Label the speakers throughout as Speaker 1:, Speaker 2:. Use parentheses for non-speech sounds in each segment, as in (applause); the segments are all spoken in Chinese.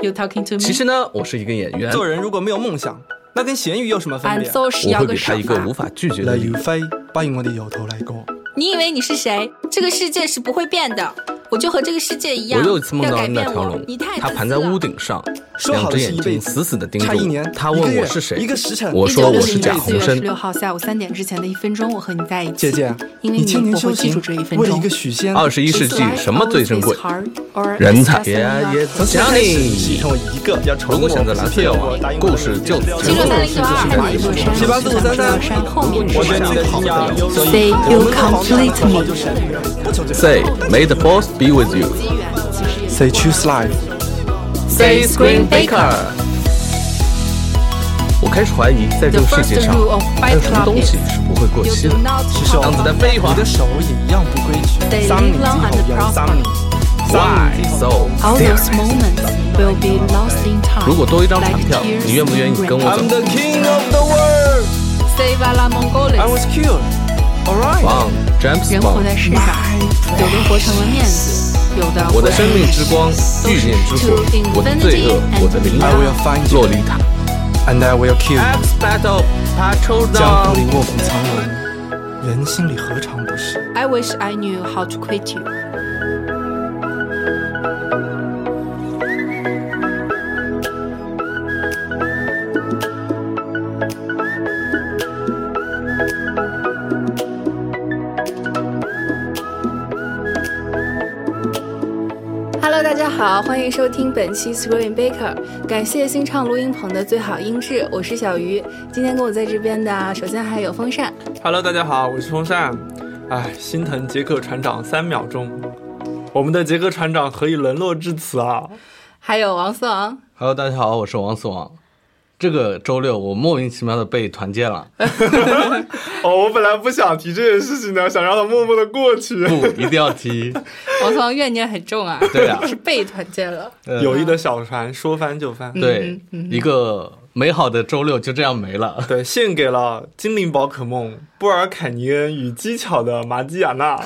Speaker 1: You talking to me？
Speaker 2: 其实呢，我是一个演员，
Speaker 3: 做人如果没有梦想，那跟咸鱼有什么分
Speaker 1: ，I'm
Speaker 3: 别？
Speaker 1: so 是
Speaker 2: 我
Speaker 1: 要
Speaker 2: 会
Speaker 1: 个啊
Speaker 2: 给他
Speaker 1: 什
Speaker 2: 一个无
Speaker 1: 么？
Speaker 2: 法拒绝的
Speaker 3: 例
Speaker 2: 理
Speaker 3: 如
Speaker 2: 由。
Speaker 3: 飛，不如我哋由頭嚟過。
Speaker 4: 你以为你是谁？这个世界是不会变的，我就和这个世界一
Speaker 2: 我
Speaker 4: 样。
Speaker 2: 又一次梦
Speaker 4: 要
Speaker 2: 到
Speaker 4: 改
Speaker 2: 那
Speaker 4: 变
Speaker 2: 条
Speaker 4: 我
Speaker 2: 龙
Speaker 4: 你太，
Speaker 2: 它
Speaker 4: 自
Speaker 2: 盘
Speaker 4: 私
Speaker 2: 在
Speaker 4: 了
Speaker 2: 屋顶上，
Speaker 3: 说
Speaker 2: 两
Speaker 3: 好
Speaker 2: 只
Speaker 3: 的是
Speaker 2: 眼
Speaker 3: 一辈
Speaker 2: 睛
Speaker 3: 子，
Speaker 2: 死死的盯
Speaker 3: 差一年
Speaker 2: 住。，他
Speaker 3: 一个
Speaker 2: 问
Speaker 3: 月
Speaker 2: 我是谁
Speaker 3: 一，个时辰，
Speaker 2: 我说我
Speaker 1: 1960
Speaker 2: 是贾
Speaker 1: 年四
Speaker 2: 宏
Speaker 1: 月
Speaker 2: 生
Speaker 1: 十。六号下午三点之前的一分钟，我和你在一起。
Speaker 3: (laughs) 姐姐，
Speaker 1: 因为
Speaker 3: 你千
Speaker 1: 你
Speaker 3: 年
Speaker 1: 我
Speaker 3: 修
Speaker 1: 会记
Speaker 3: 行
Speaker 1: 住这一分
Speaker 3: 为了一
Speaker 1: 钟
Speaker 3: 个。许仙，
Speaker 2: 二十一世
Speaker 1: It's
Speaker 2: 纪
Speaker 1: like
Speaker 2: 什么最珍
Speaker 1: always
Speaker 2: 贵
Speaker 1: is hard or
Speaker 2: 人才
Speaker 1: success in love
Speaker 2: 也也
Speaker 3: 啊从现在开始只
Speaker 2: 讲你
Speaker 3: 剩我一个，要承
Speaker 2: 如
Speaker 3: 诺
Speaker 2: 果选择
Speaker 3: 不
Speaker 2: 蓝
Speaker 3: 是
Speaker 2: 色
Speaker 3: 骗
Speaker 2: 药
Speaker 3: 我
Speaker 2: 丸
Speaker 3: 答应，
Speaker 2: 故
Speaker 3: 过
Speaker 2: 事
Speaker 3: 的
Speaker 2: 就
Speaker 3: 结束
Speaker 2: 此
Speaker 4: 七六三
Speaker 2: 落
Speaker 4: 零九二
Speaker 1: 看哪一座山？
Speaker 3: 七八四五三三
Speaker 1: 山后面
Speaker 3: 我
Speaker 1: 是
Speaker 3: 觉
Speaker 1: 山
Speaker 3: 得。你的信仰有
Speaker 1: Say you complete me
Speaker 3: 就是不求最好
Speaker 2: Say, may the force be with you.
Speaker 3: Say choose life。
Speaker 2: Say, Screen Baker. 我开始怀疑，在这
Speaker 1: The
Speaker 2: 个世界
Speaker 1: first
Speaker 2: 上
Speaker 1: rule of
Speaker 2: 还
Speaker 1: Fight
Speaker 2: 有什么
Speaker 1: Club
Speaker 2: 东
Speaker 1: is
Speaker 2: 西是不会过
Speaker 4: You
Speaker 2: 期
Speaker 4: do
Speaker 2: 的。 (laughs)
Speaker 4: not
Speaker 3: 师兄
Speaker 4: talk，
Speaker 2: 当子弹飞一会
Speaker 3: 你
Speaker 2: 儿
Speaker 3: 的手也一样不规矩，
Speaker 1: They
Speaker 3: 三年
Speaker 1: live
Speaker 3: 之
Speaker 1: long
Speaker 3: 后
Speaker 1: and
Speaker 3: 又
Speaker 1: prosper
Speaker 3: 三年，
Speaker 2: Why so
Speaker 1: all those
Speaker 2: serious?
Speaker 1: moments will be lost in time。
Speaker 2: 如果多一张船票，你愿不愿意跟我
Speaker 3: I'm
Speaker 2: 走
Speaker 3: the king of the world。
Speaker 4: Save la
Speaker 3: I
Speaker 4: Mongolia。
Speaker 3: was killed. All right.
Speaker 2: ？Bond, James
Speaker 1: 人活
Speaker 2: Bond，
Speaker 1: 在世上，有的活成了面子，有的
Speaker 2: 我的生命之光，欲念之火，我的罪恶，我的灵
Speaker 3: I
Speaker 2: 魂
Speaker 3: will，find
Speaker 2: 洛
Speaker 3: you
Speaker 2: 丽塔。
Speaker 3: and I will kill. you.
Speaker 2: X Battle Patrol
Speaker 3: 江湖里卧虎藏龙，人心里何尝不是？
Speaker 1: I wish I knew how to quit you。
Speaker 5: Hello，大家好，欢迎收听本期 Screen Baker，感谢新唱录音棚的最好音质，我是小鱼。今天跟我在这边的，首先还有风扇，
Speaker 6: Hello，大家好，我是风扇。哎，心疼杰克船长三秒钟，我们的杰克船长何以沦落至此啊？
Speaker 5: 还有王思王。
Speaker 2: Hello，大家好，我是王思王。这个周六我莫名其妙的被团建
Speaker 5: (laughs)
Speaker 2: 了，
Speaker 6: 哦，我本来不想提这件事情的，想让他默默的过去。
Speaker 2: 不一定要提。
Speaker 5: 王思王怨念很重啊，
Speaker 2: 对啊
Speaker 5: 是被团建了。
Speaker 2: 呃
Speaker 6: (laughs) 友谊的小船说翻就翻。
Speaker 2: 对
Speaker 5: 嗯
Speaker 2: 一个美好的周六就这样没了。 (laughs)
Speaker 6: 对，献给了精灵宝可梦布尔凯尼恩与机巧的玛吉亚娜。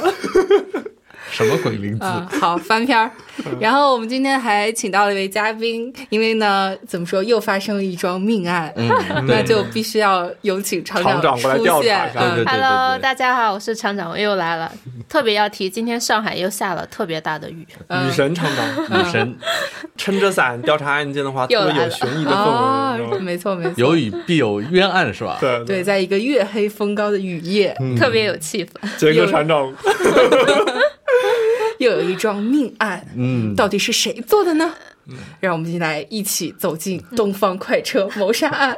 Speaker 2: 什么鬼名字？
Speaker 5: 嗯，好，翻篇儿。 (laughs) 然后我们今天还请到了一位嘉宾，因为呢，怎么说，又发生了一桩命案，
Speaker 2: 嗯，
Speaker 5: (laughs) 那
Speaker 2: 对
Speaker 5: 就必须要有请厂
Speaker 6: 厂长过来
Speaker 5: 出
Speaker 6: 调查
Speaker 5: 现。
Speaker 6: 一下
Speaker 5: 嗯
Speaker 2: 对对
Speaker 7: Hello，大家好，我是厂长，我又来 (laughs) 了。特别要提，今天上海又下了特别大的雨，
Speaker 5: 嗯
Speaker 6: 雨神厂长
Speaker 3: (laughs)
Speaker 5: 啊
Speaker 2: 女神
Speaker 6: 撑着伞调查案件的话，
Speaker 7: 又
Speaker 6: 特别
Speaker 7: 来
Speaker 6: 有
Speaker 7: 了
Speaker 6: 悬疑的
Speaker 3: 哦
Speaker 5: 啊
Speaker 6: 氛围你知道，吗。
Speaker 5: (laughs) 没错没错，
Speaker 2: 有雨必有冤案是吧？
Speaker 6: 对
Speaker 5: 对，，在一个月黑风高的雨夜，
Speaker 7: 特别有气氛。
Speaker 6: 杰克船长
Speaker 5: 又有一桩命案，
Speaker 2: 嗯，
Speaker 5: 到底是谁做的呢？让我们进来一起走进《东方快车谋杀案》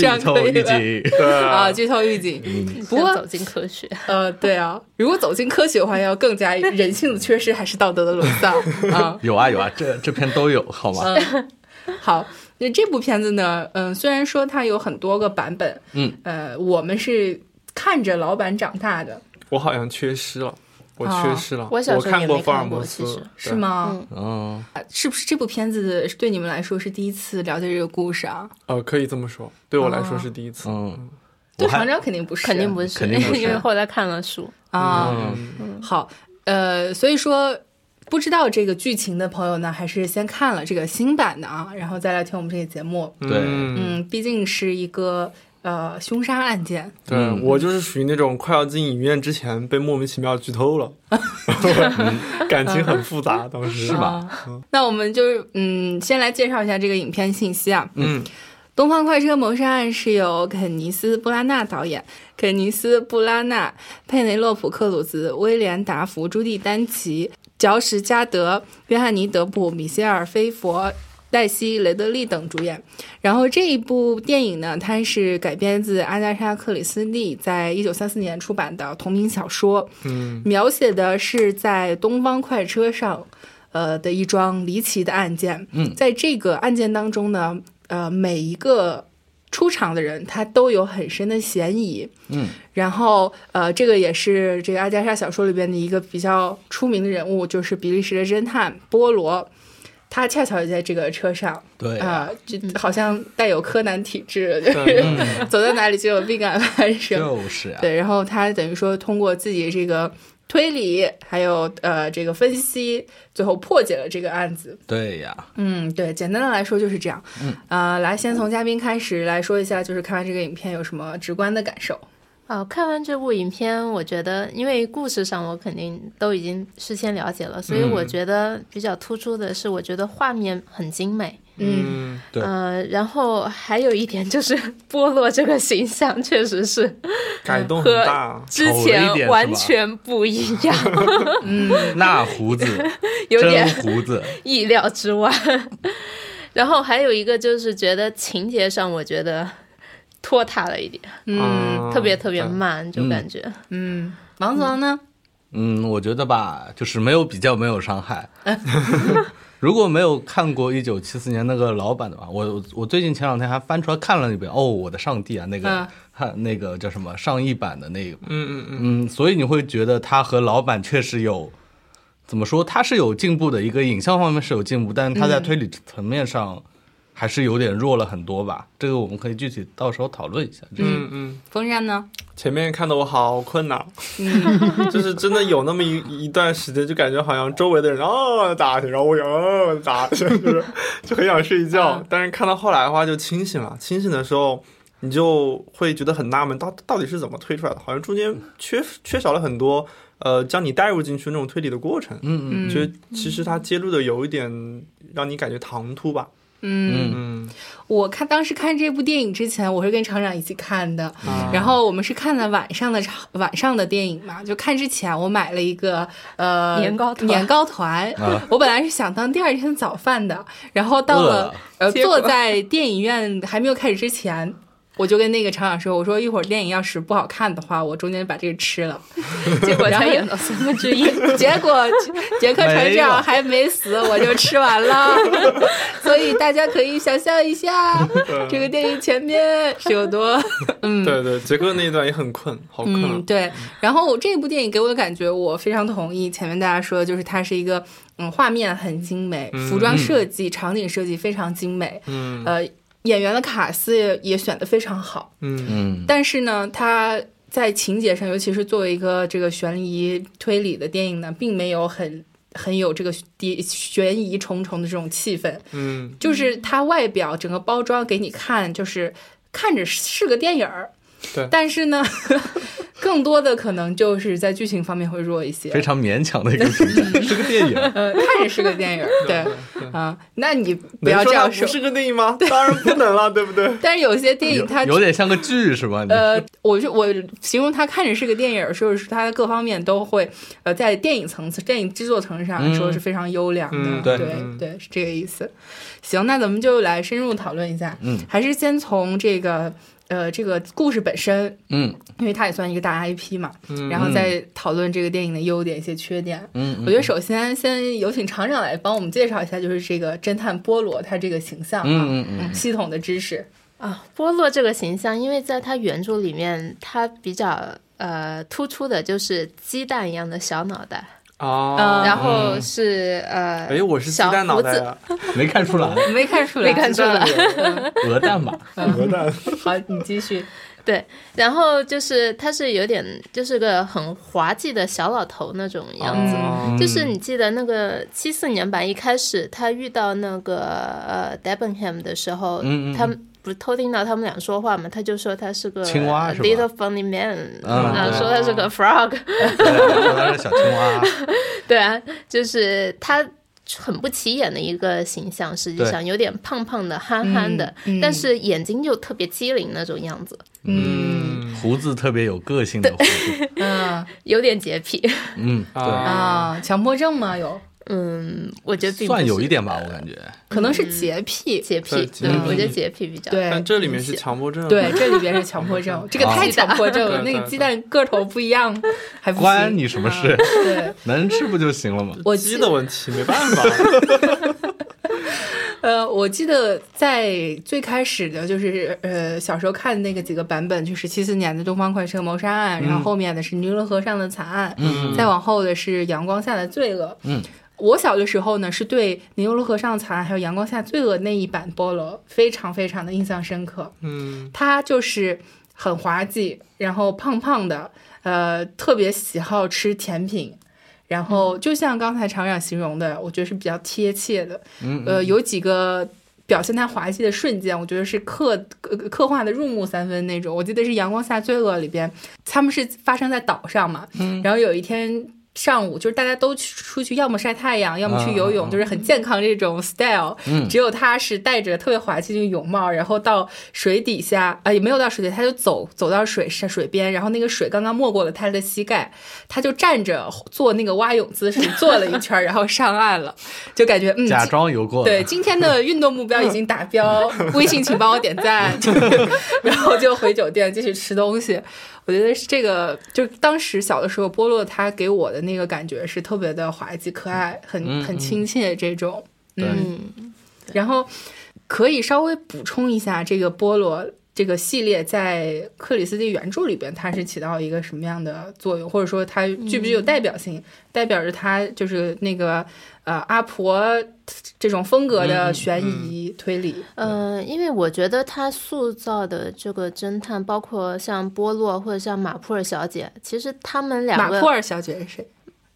Speaker 2: 剧
Speaker 5: 样
Speaker 2: 透
Speaker 5: 可以
Speaker 2: 预
Speaker 5: 吧
Speaker 2: 警。
Speaker 5: 啊，剧透预警。不
Speaker 7: 要
Speaker 5: 过
Speaker 7: 走进科学，
Speaker 5: 呃，对啊，如果走进科学的话，要更加人性的缺失还是道德的沦
Speaker 2: (laughs)
Speaker 5: 丧啊。
Speaker 2: (laughs) 有啊有啊，这这篇都有好吗？
Speaker 5: 嗯，好，那这部片子呢，嗯、虽然说它有很多个版本，
Speaker 2: 嗯，
Speaker 5: 呃，我们是看着老版长大的，
Speaker 6: 我好像缺失了，我
Speaker 5: 啊
Speaker 6: 缺失了。
Speaker 7: 哦我小时候
Speaker 6: 看
Speaker 7: 也
Speaker 6: 过
Speaker 7: 没
Speaker 6: 福尔
Speaker 7: 看过
Speaker 6: 摩
Speaker 7: 其实
Speaker 6: 斯，
Speaker 5: 是吗？
Speaker 7: 嗯
Speaker 2: 嗯，
Speaker 5: 是不是这部片子对你们来说是第一次了解这个故事啊？
Speaker 6: 呃，可以这么说，对我来说是第一次。
Speaker 2: 嗯，
Speaker 5: 对
Speaker 2: 我
Speaker 5: 厂
Speaker 2: 还
Speaker 5: 长肯定不是，
Speaker 7: 肯定不是，
Speaker 2: 肯定不是
Speaker 7: 因为后来看了书，
Speaker 5: 啊。
Speaker 2: 嗯，
Speaker 5: 好，呃，所以说不知道这个剧情的朋友呢，还是先看了这个新版的啊，然后再来听我们这个节目。
Speaker 2: 对
Speaker 6: 嗯，
Speaker 5: 嗯，毕竟是一个呃凶杀案件，
Speaker 6: 对、
Speaker 2: 嗯
Speaker 6: 我就是属于那种快要进影院之前被莫名其妙剧透了，
Speaker 2: 嗯
Speaker 6: (laughs) 感情很复杂，当时
Speaker 2: 是吧
Speaker 5: 啊那我们就是嗯，先来介绍一下这个影片信息啊。
Speaker 6: 嗯，
Speaker 5: 《东方快车谋杀案》是由肯尼斯·布拉纳导演，肯尼斯·布拉纳、佩内洛普·克鲁兹、威廉·达福、朱蒂·丹奇、乔什·加德、约翰尼·德普、米歇尔·菲佛、黛西·雷德利等主演。然后这一部电影呢，它是改编自阿加莎·克里斯蒂在一九三四年出版的同名小说，
Speaker 6: 嗯，
Speaker 5: 描写的是在东方快车上。呃的一桩离奇的案件，
Speaker 2: 嗯
Speaker 5: 在这个案件当中呢，呃，每一个出场的人他都有很深的嫌疑，
Speaker 2: 嗯，
Speaker 5: 然后呃，这个也是这个阿加莎小说里边的一个比较出名的人物，就是比利时的侦探波罗，他恰巧也在这个车上，
Speaker 2: 对，
Speaker 5: 啊、就好像带有柯南体质，就是
Speaker 6: 对
Speaker 5: (laughs) 走到哪里就有必感发生，
Speaker 2: 嗯就是啊，
Speaker 5: 对，然后他等于说通过自己这个推理，还有呃这个分析，最后破解了这个案子。
Speaker 2: 对呀，
Speaker 5: 嗯，对，简单的来说就是这样。嗯，呃，来先从嘉宾开始来说一下，就是看完这个影片有什么直观的感受？
Speaker 7: 哦，看完这部影片，我觉得，因为故事上我肯定都已经事先了解了，所以我觉得比较突出的是，我觉得画面很精美。
Speaker 5: 嗯，
Speaker 6: 嗯，
Speaker 2: 对
Speaker 7: 呃，然后还有一点就是 (laughs) 波洛这个形象确实是
Speaker 6: 改动很大，
Speaker 7: 之
Speaker 2: 丑了一点是
Speaker 7: 前
Speaker 2: 吧
Speaker 7: 完全不一样，
Speaker 6: 嗯
Speaker 2: 那胡
Speaker 6: (laughs)
Speaker 2: 子
Speaker 7: 有
Speaker 2: 真
Speaker 7: 点
Speaker 2: 胡子，
Speaker 7: 意料之外。 (laughs) 然后还有一个就是觉得情节上，我觉得拖沓了一点，
Speaker 6: 嗯，
Speaker 7: 特别特别
Speaker 6: 对
Speaker 7: 慢，就感觉。 (laughs)
Speaker 5: 嗯，王总呢？
Speaker 2: 嗯，我觉得吧，就是没有比较，没有伤
Speaker 6: (laughs)
Speaker 2: 害。如果没有看过一九七四年那个老版的话，我我最近前两天还翻出来看了一遍。哦，我的上帝啊，那个
Speaker 5: 嗯
Speaker 2: 他、那个叫什么上一版的那个，
Speaker 6: 嗯嗯
Speaker 2: 嗯，所以你会觉得它和老版确实有怎么说，它是有进步的，一个影像方面是有进步，但是它在推理层面上
Speaker 6: 嗯
Speaker 2: 还是有点弱了很多吧。这个我们可以具体到时候讨论一下。这
Speaker 6: 嗯嗯嗯，
Speaker 5: 风扇呢？
Speaker 6: 前面看的我好困呐，(laughs)
Speaker 5: 嗯，
Speaker 6: 就是真的有那么一一段时间，就感觉好像周围的人哦打起，然后我也哦打起，就是就很想睡觉 (laughs)
Speaker 5: 嗯。
Speaker 6: 但是看到后来的话，就清醒了。清醒的时候，你就会觉得很纳闷，到到底是怎么推出来的？好像中间缺缺少了很多呃，将你带入进去那种推理的过程。
Speaker 2: 嗯嗯
Speaker 5: 嗯
Speaker 6: 就其实它揭露的有一点让你感觉唐突吧。
Speaker 5: 嗯，
Speaker 2: 嗯，
Speaker 6: 嗯，
Speaker 5: 我看当时看这部电影之前，我是跟厂长一起看的，然后我们是看的晚上的场晚上的电影嘛，就看之前我买了一个呃
Speaker 7: 年糕团
Speaker 5: 年糕团、我本来是想当第二天早饭的，然后到
Speaker 2: 饿
Speaker 5: 了
Speaker 2: 了
Speaker 5: 呃
Speaker 7: 结果
Speaker 5: 坐在电影院还没有开始之前。我就跟那个厂长说：“我说一会儿电影要是不好看的话，我中间把这个吃
Speaker 7: (laughs)
Speaker 5: 了。
Speaker 7: 结果
Speaker 5: 然
Speaker 7: 才
Speaker 5: 后
Speaker 7: 演到三分之一。
Speaker 5: (laughs) 结果杰克船
Speaker 2: 没
Speaker 5: 长
Speaker 2: 了
Speaker 5: 还没死，我就吃完了。所以大家可以想象一下，这个电影前面是有多……嗯，
Speaker 6: 对对，杰克那一段也很困，好困啊
Speaker 5: 嗯，。对。然后这部电影给我的感觉，我非常同意前面大家说的，就是它是一个嗯，画面很精美，服装设计、场景设计非常精美，
Speaker 6: 嗯
Speaker 5: 呃，演员的卡司也也选的非常好。
Speaker 6: 嗯
Speaker 2: 嗯
Speaker 5: 但是呢，它在情节上，尤其是作为一个这个悬疑推理的电影呢，并没有很很有这个悬悬疑重重的这种气氛，
Speaker 6: 嗯
Speaker 5: 就是它外表整个包装给你看，就是看着是个电影儿。
Speaker 6: 对
Speaker 5: 但是呢， (laughs) 更多的可能就是在剧情方面会弱一些。
Speaker 2: 非常勉强的一个评
Speaker 7: (laughs)
Speaker 2: 价，是个电影。
Speaker 5: 呃，看着是个电影儿，对啊、那你不要
Speaker 6: 能
Speaker 5: 这
Speaker 6: 它
Speaker 5: 样
Speaker 6: 不是个电影吗？当然不能
Speaker 5: (laughs)
Speaker 6: 了，对不对？
Speaker 5: 但是有些电影
Speaker 2: 有
Speaker 5: 它
Speaker 2: 有点像个剧是吧？你
Speaker 5: 呃，我就我形容它看着是个电影儿，说是它的各方面都会呃在电影层次、电影制作层上
Speaker 2: 嗯
Speaker 5: 说是非常优良的，
Speaker 6: 嗯
Speaker 5: 对
Speaker 2: 对
Speaker 6: 嗯
Speaker 5: 对是这个意思。行，那咱们就来深入讨论一下，
Speaker 2: 嗯
Speaker 5: 还是先从这个呃这个故事本身，
Speaker 2: 嗯
Speaker 5: 因为它也算一个大 IP 嘛，
Speaker 6: 嗯
Speaker 5: 然后再讨论这个电影的优点、一些缺点。
Speaker 2: 嗯，
Speaker 5: 我觉得首先先有请厂长来帮我们介绍一下，就是这个侦探波罗他这个形象啊，
Speaker 2: 嗯嗯嗯嗯
Speaker 5: 系统的知识，
Speaker 7: 啊，波洛这个形象，因为在他原著里面，他比较呃突出的就是鸡蛋一样的小脑袋，
Speaker 5: 哦
Speaker 6: 啊，
Speaker 7: 然后是、呃，
Speaker 6: 哎，我是鸡蛋脑袋啊，
Speaker 2: 没看出来，
Speaker 5: 没看出来，
Speaker 7: 没看出来，
Speaker 2: 鹅蛋吧？
Speaker 7: 嗯
Speaker 6: 鹅蛋，
Speaker 5: 好，你继续。
Speaker 7: 对，然后就是他是有点就是个很滑稽的小老头那种样子。
Speaker 6: 嗯
Speaker 7: (laughs) 就是你记得那个七四年吧，一开始他遇到那个呃 Debenham 的时候，
Speaker 2: 嗯嗯嗯
Speaker 7: 他们不是偷听到他们俩说话嘛，他就说他是个
Speaker 2: 青蛙是吧
Speaker 7: little funny man，
Speaker 2: 嗯
Speaker 7: 然后
Speaker 6: 对
Speaker 7: 说他是个 frog，
Speaker 2: 对，它是小青蛙。
Speaker 7: 对啊，就是他很不起眼的一个形象，实际上有点胖胖的、憨憨的，
Speaker 5: 嗯嗯
Speaker 7: 但是眼睛又特别机灵那种样子，
Speaker 5: 嗯
Speaker 6: 嗯
Speaker 2: 胡子特别有个性的胡子，
Speaker 5: 嗯
Speaker 7: 有点洁癖。
Speaker 2: 嗯，对，
Speaker 5: 啊，强迫症吗？有，
Speaker 7: 嗯，我觉得并不
Speaker 2: 算
Speaker 7: 是
Speaker 2: 有一点吧，我感觉。
Speaker 5: 可能
Speaker 2: 嗯
Speaker 5: 是洁癖。
Speaker 7: 洁癖
Speaker 6: 对，
Speaker 7: 对
Speaker 6: 洁癖
Speaker 7: 我觉得洁癖比较
Speaker 5: 对
Speaker 6: 但这里面是强迫症，
Speaker 5: 对，这里边是强
Speaker 6: (laughs)
Speaker 5: 迫症，这个太强迫症了。
Speaker 6: 对
Speaker 5: 那
Speaker 6: 对
Speaker 5: 个鸡蛋个头不一样，还不
Speaker 2: 关
Speaker 5: 行。
Speaker 2: 你什么
Speaker 7: (laughs)
Speaker 2: 事？
Speaker 7: 嗯
Speaker 5: 对，
Speaker 2: 能吃不就行了吗？
Speaker 5: 我记
Speaker 6: 鸡的问题没办
Speaker 7: (laughs)
Speaker 6: 法，
Speaker 5: 呃，我记得在最开始的就是呃小时候看那个几个版本，就是七四年的《东方快车谋杀案》，
Speaker 2: 嗯
Speaker 5: 然后后面的是《尼罗河上的惨案》，再往后的是《阳光下的罪恶》。
Speaker 2: 嗯，
Speaker 5: 我小的时候呢，是对《尼罗河上的惨案》还有《阳光下罪恶》那一版菠萝非常非常的印象深刻。
Speaker 6: 嗯
Speaker 5: 他就是很滑稽，然后胖胖的，呃，特别喜好吃甜品。然后就像刚才厂长形容的，我觉得是比较贴切的。呃，有几个表现他滑稽的瞬间，我觉得是刻刻刻画的入木三分那种。我记得是《阳光下罪恶》里边，他们是发生在岛上嘛，然后有一天。上午就是大家都去出去，要么晒太阳，要么去游泳，就是很健康这种 style。只
Speaker 2: 嗯
Speaker 5: 有他是戴着特别滑稽的泳帽，然后到水底下啊、也没有到水底下，他就走走到水上水边，然后那个水刚刚没过了他的膝盖，他就站着做那个蛙泳姿势，做了一圈，然后上岸了，就感觉嗯，
Speaker 2: 假
Speaker 5: 今
Speaker 2: 装游过了，
Speaker 5: 对，今天的运动目标已经达标，微信请帮我点
Speaker 2: (laughs)
Speaker 5: 赞，然后就回酒店继续吃东西。我觉得是这个，就是当时小的时候，波洛他给我的那个感觉是特别的滑稽、可爱，很很亲切这种。
Speaker 2: 嗯对
Speaker 7: 嗯，
Speaker 5: 然后可以稍微补充一下，这个波罗这个系列在克里斯蒂原著里边，它是起到一个什么样的作用，或者说它具不具有代表性，
Speaker 7: 嗯
Speaker 5: 代表着它就是那个呃阿婆这种风格
Speaker 2: 嗯
Speaker 5: 的悬疑推理。
Speaker 7: 呃，因为我觉得他塑造的这个侦探，包括像波洛或者像马普尔小姐，其实他们两
Speaker 5: 马
Speaker 7: 个啊
Speaker 5: 库尔小姐是谁？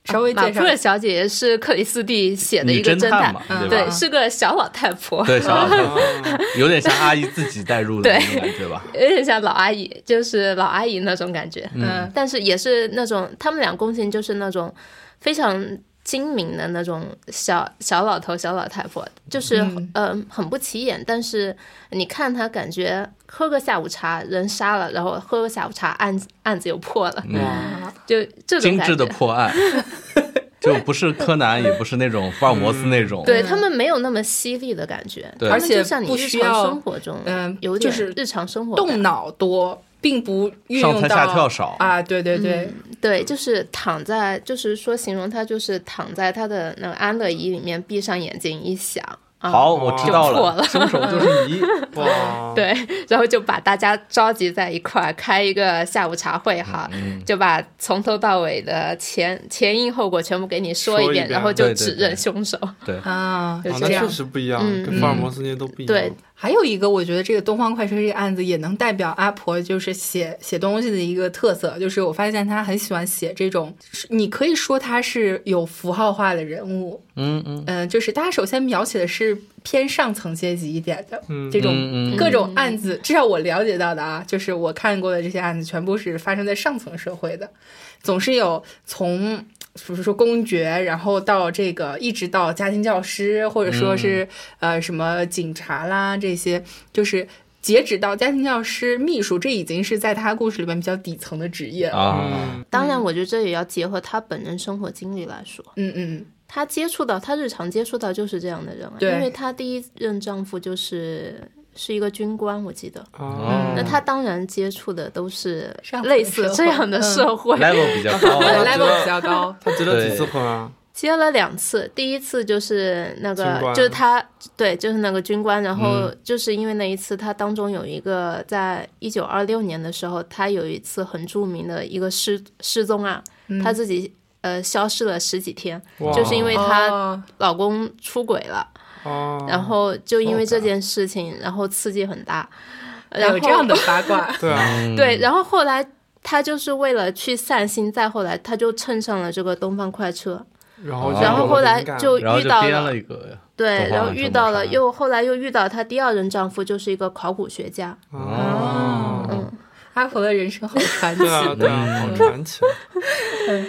Speaker 5: 稍微
Speaker 7: 马
Speaker 5: 介
Speaker 7: 普
Speaker 5: 绍
Speaker 7: 尔小姐是克里斯蒂写的一个
Speaker 2: 女侦探
Speaker 7: 探嗯
Speaker 2: 嘛，
Speaker 5: 嗯
Speaker 2: 对
Speaker 7: 对，
Speaker 2: 吧？
Speaker 7: 是个小老太婆，
Speaker 2: 对，小老
Speaker 6: 啊
Speaker 2: 头有点像阿姨自己带入的那种感觉吧。
Speaker 7: (laughs) 有点像老阿姨，就是老阿姨那种感觉。嗯，但是也是那种，他们俩共性就是那种非常精明的那种小小老头、小老太婆，就是
Speaker 5: 嗯
Speaker 7: 呃很不起眼，但是你看她感觉喝个下午茶，人杀了，然后喝个下午茶，案案子又破了，就这种
Speaker 2: 嗯精
Speaker 7: 感
Speaker 2: 致的
Speaker 7: 觉。
Speaker 2: 破
Speaker 7: (laughs)
Speaker 2: 案，就不是柯南，也不是那种福尔摩斯那种。
Speaker 7: 嗯对他们没有那么犀利的感觉，
Speaker 2: 对
Speaker 7: 他们
Speaker 5: 而且
Speaker 7: 就像你
Speaker 5: 不
Speaker 7: 日
Speaker 5: 需要
Speaker 7: 常生活中，
Speaker 5: 嗯
Speaker 7: 有点
Speaker 5: 就是
Speaker 7: 日常生活感
Speaker 5: 动脑多，并不运用
Speaker 2: 上蹿
Speaker 5: 到
Speaker 2: 下跳少
Speaker 5: 啊，对对对。
Speaker 7: 对，就是躺在，就是说形容他就是躺在他的那个安乐椅里面，闭上眼睛一想，啊、
Speaker 2: 好，我知道
Speaker 7: 就破
Speaker 2: 了，
Speaker 7: 了
Speaker 2: 凶手
Speaker 7: (laughs)
Speaker 2: 就是你。
Speaker 6: (laughs) 哇，
Speaker 7: 对， (laughs) 然后就把大家召集在一块儿开一个下午茶会哈，就把从头到尾的前前因后果全部给你说
Speaker 6: 说
Speaker 7: 一
Speaker 6: 一
Speaker 7: 遍，
Speaker 6: 遍
Speaker 7: 然后
Speaker 2: 对
Speaker 7: 就
Speaker 2: 对
Speaker 7: 指
Speaker 2: 对嗯
Speaker 7: 认凶手，
Speaker 2: 对，
Speaker 5: 啊，
Speaker 7: 就
Speaker 6: 啊，
Speaker 7: 是
Speaker 6: 那
Speaker 7: 这样
Speaker 6: 确。实不一样，
Speaker 7: 嗯
Speaker 6: 跟福尔摩斯那些都不一样。
Speaker 7: 对，
Speaker 5: 还有一个，我觉得这个东方快车这个案子也能代表阿婆就是写写东西的一个特色，就是我发现她很喜欢写这种，是你可以说她是有符号化的人物，
Speaker 2: 嗯嗯，
Speaker 5: 嗯、就是她首先描写的是偏上层阶级一点的、
Speaker 6: 嗯
Speaker 5: 这
Speaker 2: 嗯
Speaker 5: 种
Speaker 2: 嗯
Speaker 5: 各种案子，至少我了解到的啊，就是我看过的这些案子全部是发生在上层社会的，总是有从。比如说公爵，然后到这个，一直到家庭教师，或者说是、呃什么警察啦这些，就是截止到家庭教师、秘书，这已经是在他故事里面比较底层的职业了。
Speaker 2: 啊，
Speaker 6: 嗯，
Speaker 7: 当然，我觉得这也要结合他本人生活经历来说。
Speaker 5: 嗯嗯，
Speaker 7: 她接触到，她日常接触到就是这样的人啊，
Speaker 5: 对
Speaker 7: 因为她第一任丈夫就是是一个军官，我记得，
Speaker 6: 哦
Speaker 7: 嗯那她当然接触的都是
Speaker 5: 上层
Speaker 7: 类似
Speaker 5: 社
Speaker 7: 这
Speaker 5: 会
Speaker 7: 样的社会，
Speaker 6: 嗯
Speaker 2: ，level 比较高。啊
Speaker 5: (laughs)
Speaker 6: 我
Speaker 5: 对
Speaker 6: 知道
Speaker 5: ，level 比较高。
Speaker 6: 他结了几次婚啊？
Speaker 7: 结了两次，第一次就是那
Speaker 6: 军
Speaker 7: 个
Speaker 6: 官嗯
Speaker 7: 就是她对，就是那个军官，然后就是因为那一次，她当中有一个在一九二六年的时候，她有一次很著名的一个失失踪案，
Speaker 5: 嗯
Speaker 7: 她自己呃消失了十几天，
Speaker 6: 哇
Speaker 7: 就是因为她
Speaker 5: 哦
Speaker 7: 老公出轨了。
Speaker 6: 哦，
Speaker 7: 然后就因为
Speaker 6: 受
Speaker 7: 这
Speaker 6: 感，
Speaker 7: 件事情，然后刺激很大，然后
Speaker 5: 有这样的八卦
Speaker 6: 对啊，
Speaker 2: 嗯
Speaker 7: 对，然后后来他就是为了去散心，再后来他就乘上了这个东方快车，
Speaker 6: 然哦后就
Speaker 7: 嗯然后后来
Speaker 6: 有了灵感
Speaker 7: 就
Speaker 2: 然后
Speaker 7: 遇
Speaker 2: 就
Speaker 7: 到
Speaker 2: 编了一个，
Speaker 7: 对，
Speaker 2: 东方
Speaker 7: 然后
Speaker 2: 快车
Speaker 7: 遇到
Speaker 2: 谋杀
Speaker 7: 了
Speaker 2: 案
Speaker 7: 又后来又遇到她第二任丈夫，就是一个考古学家，
Speaker 6: 哦，
Speaker 5: (laughs) 阿婆的人生好传奇
Speaker 6: 对。啊对啊，
Speaker 7: 嗯
Speaker 6: 好传奇，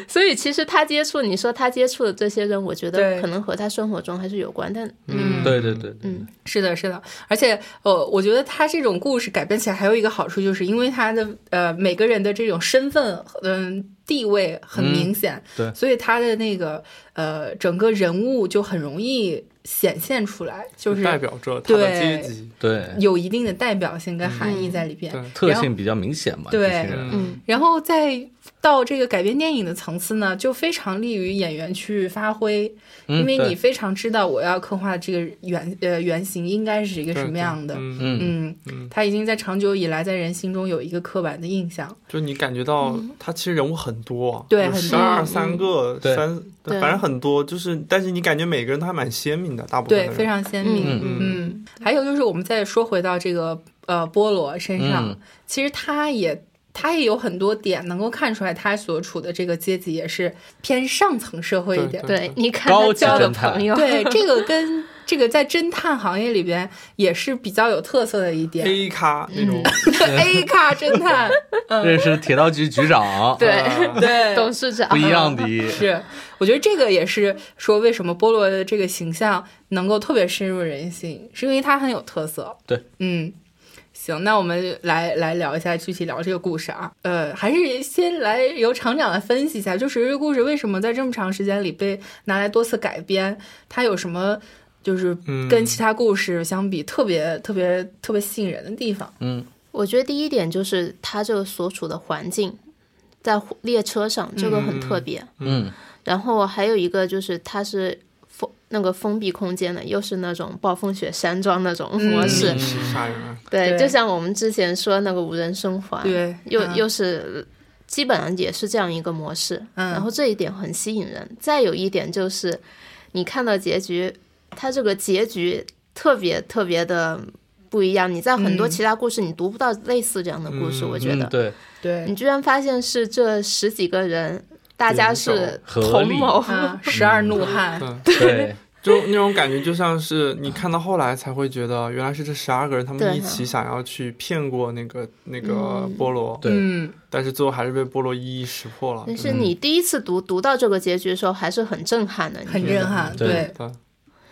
Speaker 7: 所以其实她接触，你说她接触的这些人，我觉
Speaker 5: 对
Speaker 7: 得可能和她生活中还是有关，但
Speaker 6: 嗯，
Speaker 2: 对对对，
Speaker 7: 嗯，
Speaker 5: 是的，是的，而且呃，我觉得他这种故事改编起来还有一个好处，就是因为他的呃每个人的这种身份嗯、地位很
Speaker 6: 嗯
Speaker 5: 明显，
Speaker 2: 对
Speaker 5: 所以他的那个呃整个人物就很容易显现出来，就是
Speaker 6: 代表着他的
Speaker 5: 对
Speaker 6: 阶级，
Speaker 2: 对，
Speaker 5: 有一定的代表性跟含义在里边。
Speaker 6: 嗯对
Speaker 2: 特性比较明显嘛，
Speaker 5: 对
Speaker 2: 这些人
Speaker 7: 嗯
Speaker 5: 然后再到这个改编电影的层次呢，就非常利于演员去发挥，
Speaker 6: 嗯
Speaker 5: 因
Speaker 2: 嗯
Speaker 5: 为
Speaker 2: 对
Speaker 5: 你非常知道我要刻画这个原呃原型应该是一个
Speaker 6: 对
Speaker 5: 什么样的。
Speaker 6: 嗯
Speaker 2: 嗯
Speaker 5: 嗯，他已经在长久以来在人心中有一个刻板的印象。
Speaker 6: 就你感觉到他其实人物很多，
Speaker 5: 嗯
Speaker 6: 啊
Speaker 5: 对很多
Speaker 6: 十二三个，
Speaker 2: 嗯对
Speaker 6: 三，
Speaker 7: 对
Speaker 6: 反正很多，就是但是你感觉每个人都还蛮鲜明的，大部分的
Speaker 5: 对，
Speaker 6: 人
Speaker 5: 非常鲜明。
Speaker 7: 嗯
Speaker 5: 嗯还有就是，我们再说回到这个呃波罗身上，
Speaker 2: 嗯
Speaker 5: 其实他也他也有很多点能够看出来，他所处的这个阶级也是偏上层社会一点。
Speaker 7: 对，你看
Speaker 2: 高
Speaker 7: 他
Speaker 2: 级
Speaker 7: 交的
Speaker 2: 侦探
Speaker 7: 朋友，
Speaker 5: 对，这个跟这个在侦探行业里边也是比较有特色的一 (laughs) 点。
Speaker 6: 黑咖那种，
Speaker 5: A 咖侦探，
Speaker 2: 认识铁道局局长，
Speaker 7: 对
Speaker 6: 呃
Speaker 5: (laughs) 嗯对，
Speaker 7: (laughs) 董事长
Speaker 2: 不一样的。
Speaker 5: (laughs) 是，我觉得这个也是说为什么菠萝的这个形象能够特别深入人心，是因为它很有特色。
Speaker 2: 对，
Speaker 5: 嗯，行，那我们来来聊一下具体聊这个故事啊。呃，还是先来由厂长来分析一下，就是这个故事为什么在这么长时间里被拿来多次改编，它有什么就是
Speaker 2: 嗯
Speaker 5: 跟其他故事相比特别特别特别吸引人的地方？
Speaker 7: 我觉得第一点就是他这个所处的环境，在火列车上这个很特别。
Speaker 2: 嗯，
Speaker 7: 然后还有一个就是它是封那个封闭空间的，又是那种暴风雪山庄那种模式。
Speaker 5: 嗯
Speaker 2: 嗯
Speaker 6: 是啥人啊？
Speaker 7: 对，
Speaker 5: 对
Speaker 7: 就像我们之前说那个无人生还，
Speaker 5: 对
Speaker 7: 又、
Speaker 5: 嗯
Speaker 7: 又是基本上也是这样一个模式。
Speaker 5: 嗯
Speaker 7: 然后这一点很吸引人。再有一点就是，你看到结局，它这个结局特别特别的不一样。你在很多
Speaker 5: 嗯
Speaker 7: 其他故事你读不到类似这样的故事，我觉得。
Speaker 2: 嗯对，
Speaker 5: 对
Speaker 7: 你，居然发现是这十几个人，大家是
Speaker 2: 联手合
Speaker 7: 同
Speaker 2: 力
Speaker 7: 谋，
Speaker 5: 啊，十二怒汉，
Speaker 6: 嗯，
Speaker 2: 对，
Speaker 6: 就那种感觉，就像是你看到后来才会觉得，原来是这十二个人他
Speaker 7: 对
Speaker 6: 们
Speaker 7: 啊
Speaker 6: 一起想要去骗过那个那个
Speaker 7: 嗯
Speaker 6: 菠萝，
Speaker 2: 对
Speaker 5: 嗯，
Speaker 6: 但是最后还是被菠萝一一识破了。
Speaker 7: 但是你第一次读读到这个结局的时候，还是很震撼的。你
Speaker 5: 很
Speaker 7: 觉得
Speaker 5: 震撼，
Speaker 2: 对
Speaker 5: 对，
Speaker 6: 对，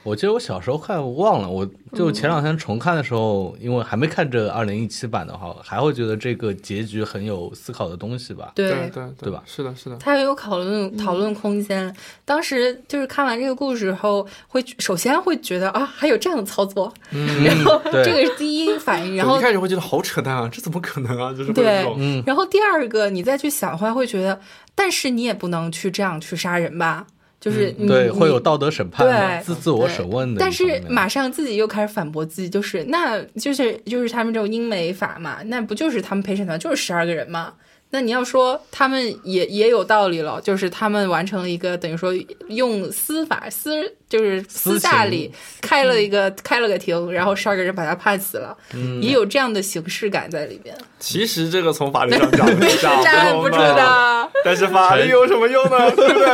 Speaker 2: 我记得我小时候看忘了，我
Speaker 5: 嗯
Speaker 2: 就前两天重看的时候，因为还没看这二零一七版的话，还会觉得这个结局很有思考的东西吧。
Speaker 6: 对对
Speaker 2: 对吧
Speaker 6: 是的，是的，
Speaker 5: 它也有讨论讨论空间。当时就是看完这个故事后，会首先会觉得啊，还有这样的操作，然后
Speaker 2: 嗯对
Speaker 5: 嗯 (laughs) 这个是第一
Speaker 2: (laughs)
Speaker 5: 反应，然
Speaker 6: 我
Speaker 5: 后
Speaker 6: 一开始会觉得好扯淡啊，这怎么可能啊？就是会有
Speaker 5: 对
Speaker 6: 这种，
Speaker 5: 然后第二个你再去想的话，会觉得，但是你也不能去这样去杀人吧，就是你、
Speaker 2: 嗯对，
Speaker 5: 你
Speaker 2: 会有。道德审判嘛，
Speaker 5: 对
Speaker 2: 自自我审问的一方面。
Speaker 5: 但是马上自己又开始反驳自己，就是那就是就是他们这种英美法嘛，那不就是他们陪审团就是十二个人嘛？那你要说他们也也有道理了，就是他们完成了一个等于说用司法私就是私下里开了一
Speaker 2: 嗯
Speaker 5: 个、开了个庭，然后十二个人把他判死了，也有这样的形式感在里面，
Speaker 6: 其实这个从法律上 (laughs) 讲
Speaker 2: 哦
Speaker 6: 讲
Speaker 5: 站
Speaker 6: 不
Speaker 5: 不
Speaker 6: 通
Speaker 5: 住
Speaker 6: 的，
Speaker 5: 的。
Speaker 6: 但是法律有什么用呢？对不对？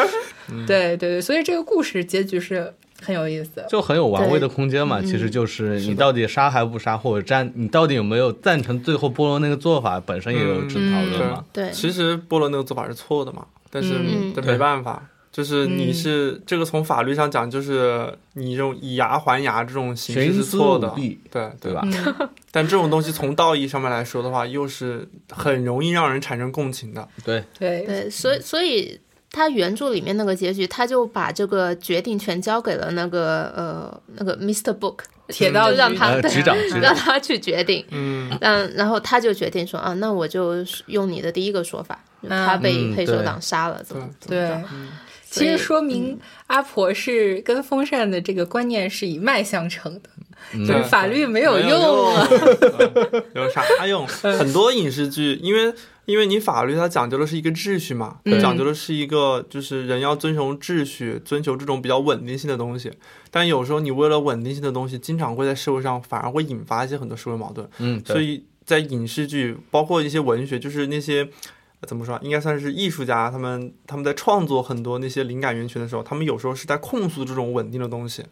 Speaker 2: 嗯
Speaker 5: 对对对，所以这个故事结局是很有
Speaker 2: (laughs)
Speaker 5: 意思。
Speaker 2: 就很有玩味的空间嘛。
Speaker 6: 嗯
Speaker 2: 其实就是你到底杀还不杀，或者赞你到底有没有赞成最后菠萝那个做法，本身也有这讨论嘛。
Speaker 7: 对，
Speaker 6: (laughs) 其实菠萝那个做法是错的嘛，但是
Speaker 7: 嗯
Speaker 6: 但没办法，就是你是这个从法律上讲，就是你这种以牙还牙这种形式
Speaker 2: 徇
Speaker 6: 是
Speaker 2: 私
Speaker 6: 错的
Speaker 2: 舞，弊
Speaker 6: 对
Speaker 2: 对吧？？
Speaker 5: 嗯
Speaker 6: 但这种东西从道义上面来说的话，又是很容易让人产生共情的。
Speaker 2: 对，
Speaker 5: 对
Speaker 7: 对，所以所以他原著里面那个结局，他就把这个决定权交给了那个呃那个 Mr. Book，
Speaker 5: 铁道
Speaker 7: 就让
Speaker 5: 局
Speaker 7: 他
Speaker 2: 呃
Speaker 7: 对
Speaker 2: 局长局长
Speaker 7: 让他去决定。
Speaker 6: 嗯，
Speaker 7: 嗯，然后他就决定说啊，那我就用你的第一个说法，就他被
Speaker 2: 嗯
Speaker 7: 黑手
Speaker 2: 对
Speaker 7: 党杀了，怎
Speaker 6: 对
Speaker 7: 么？所
Speaker 5: 对，其实
Speaker 7: 以
Speaker 5: 说明阿婆是跟风扇的这个观念是一脉相承的，
Speaker 2: 嗯
Speaker 5: 就是
Speaker 6: 对
Speaker 5: 法嗯律没有
Speaker 6: 没
Speaker 5: 用啊。嗯
Speaker 6: 用 (laughs) 有啥用？很多影视剧，因为因为你法律它讲究的是一个秩序嘛，它
Speaker 5: 嗯
Speaker 6: 讲究的是一个就是人要遵从秩序，遵求这种比较稳定性的东西。但有时候你为了稳定性的东西，经常会在社会上反而会引发一些很多社会矛盾。
Speaker 2: 嗯，对
Speaker 6: 所以在影视剧，包括一些文学，就是那些呃怎么说啊，应该算是艺术家，他们他们在创作很多那些灵感源泉的时候，他们有时候是在控诉这种稳定的东西，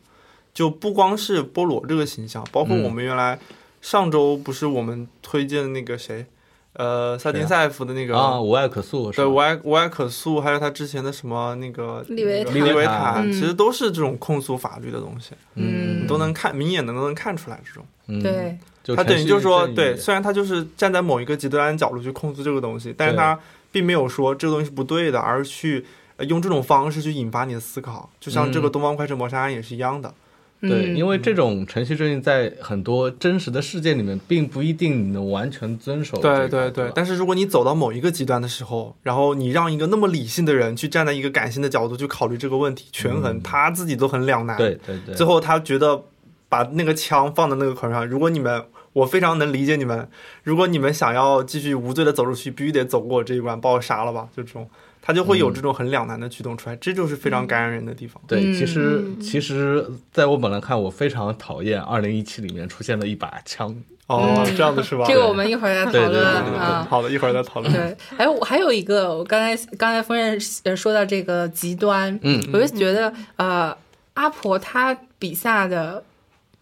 Speaker 6: 就不光是菠萝这个形象，包括
Speaker 2: 嗯
Speaker 6: 我们原来上周不是我们推荐的那个谁，呃，萨
Speaker 2: 谁
Speaker 6: 金
Speaker 2: 啊
Speaker 6: 塞夫的那个
Speaker 2: 啊，无爱可诉是
Speaker 6: 对，
Speaker 2: 吧
Speaker 6: 无爱无爱可诉，还有他之前的什么那个
Speaker 5: 利
Speaker 6: 那
Speaker 5: 维坦
Speaker 6: 个利维
Speaker 2: 嗯
Speaker 6: 坦，其实都是这种控诉法律的东西，
Speaker 5: 嗯
Speaker 6: 你都能看明眼能能看出来这种。
Speaker 2: 嗯，
Speaker 5: 对，
Speaker 2: 就
Speaker 6: 他等于就是说，
Speaker 2: 程序正义
Speaker 6: 对，虽然他就是站在某一个极端角度去控诉这个东西，但是
Speaker 2: 对
Speaker 6: 他并没有说这个东西是不对的，而是去呃用这种方式去引发你的思考，就像这个
Speaker 2: 嗯
Speaker 6: 东方快车谋杀案也是一样的。
Speaker 2: 对，
Speaker 5: 嗯
Speaker 2: 因为这种程序正义在很多真实的事件里面，并不一定你能完全遵守这个。
Speaker 6: 对对
Speaker 2: 对
Speaker 6: 对
Speaker 2: 吧，
Speaker 6: 但是如果你走到某一个极端的时候，然后你让一个那么理性的人去站在一个感性的角度去考虑这个问题，权衡、
Speaker 2: 嗯
Speaker 6: 他自己都很两难。
Speaker 2: 对对对，
Speaker 6: 最后他觉得把那个枪放在那个口上，如果你们。我非常能理解你们，如果你们想要继续无罪的走出去，必须得走过我这一关，把我杀了吧，就这种，他就会有这种很两难的驱动出来，这就是非常感染人的地方。
Speaker 2: 对，其实其实在我本来看，我非常讨厌二零一七里面出现了一把枪，
Speaker 6: 哦，这样子是吧？
Speaker 5: 这个我们一会儿再讨
Speaker 2: 对对
Speaker 5: 论
Speaker 2: 对对对
Speaker 5: 啊。
Speaker 6: 好的，一会儿再讨论。
Speaker 5: 嗯对，哎，我还有一个，我刚才刚才风燕呃说到这个极端，
Speaker 2: 嗯，
Speaker 5: 我就觉得呃，阿婆她笔下的，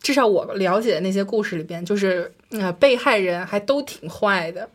Speaker 5: 至少我了解的那些故事里边，就是呃，被害人还都挺坏的，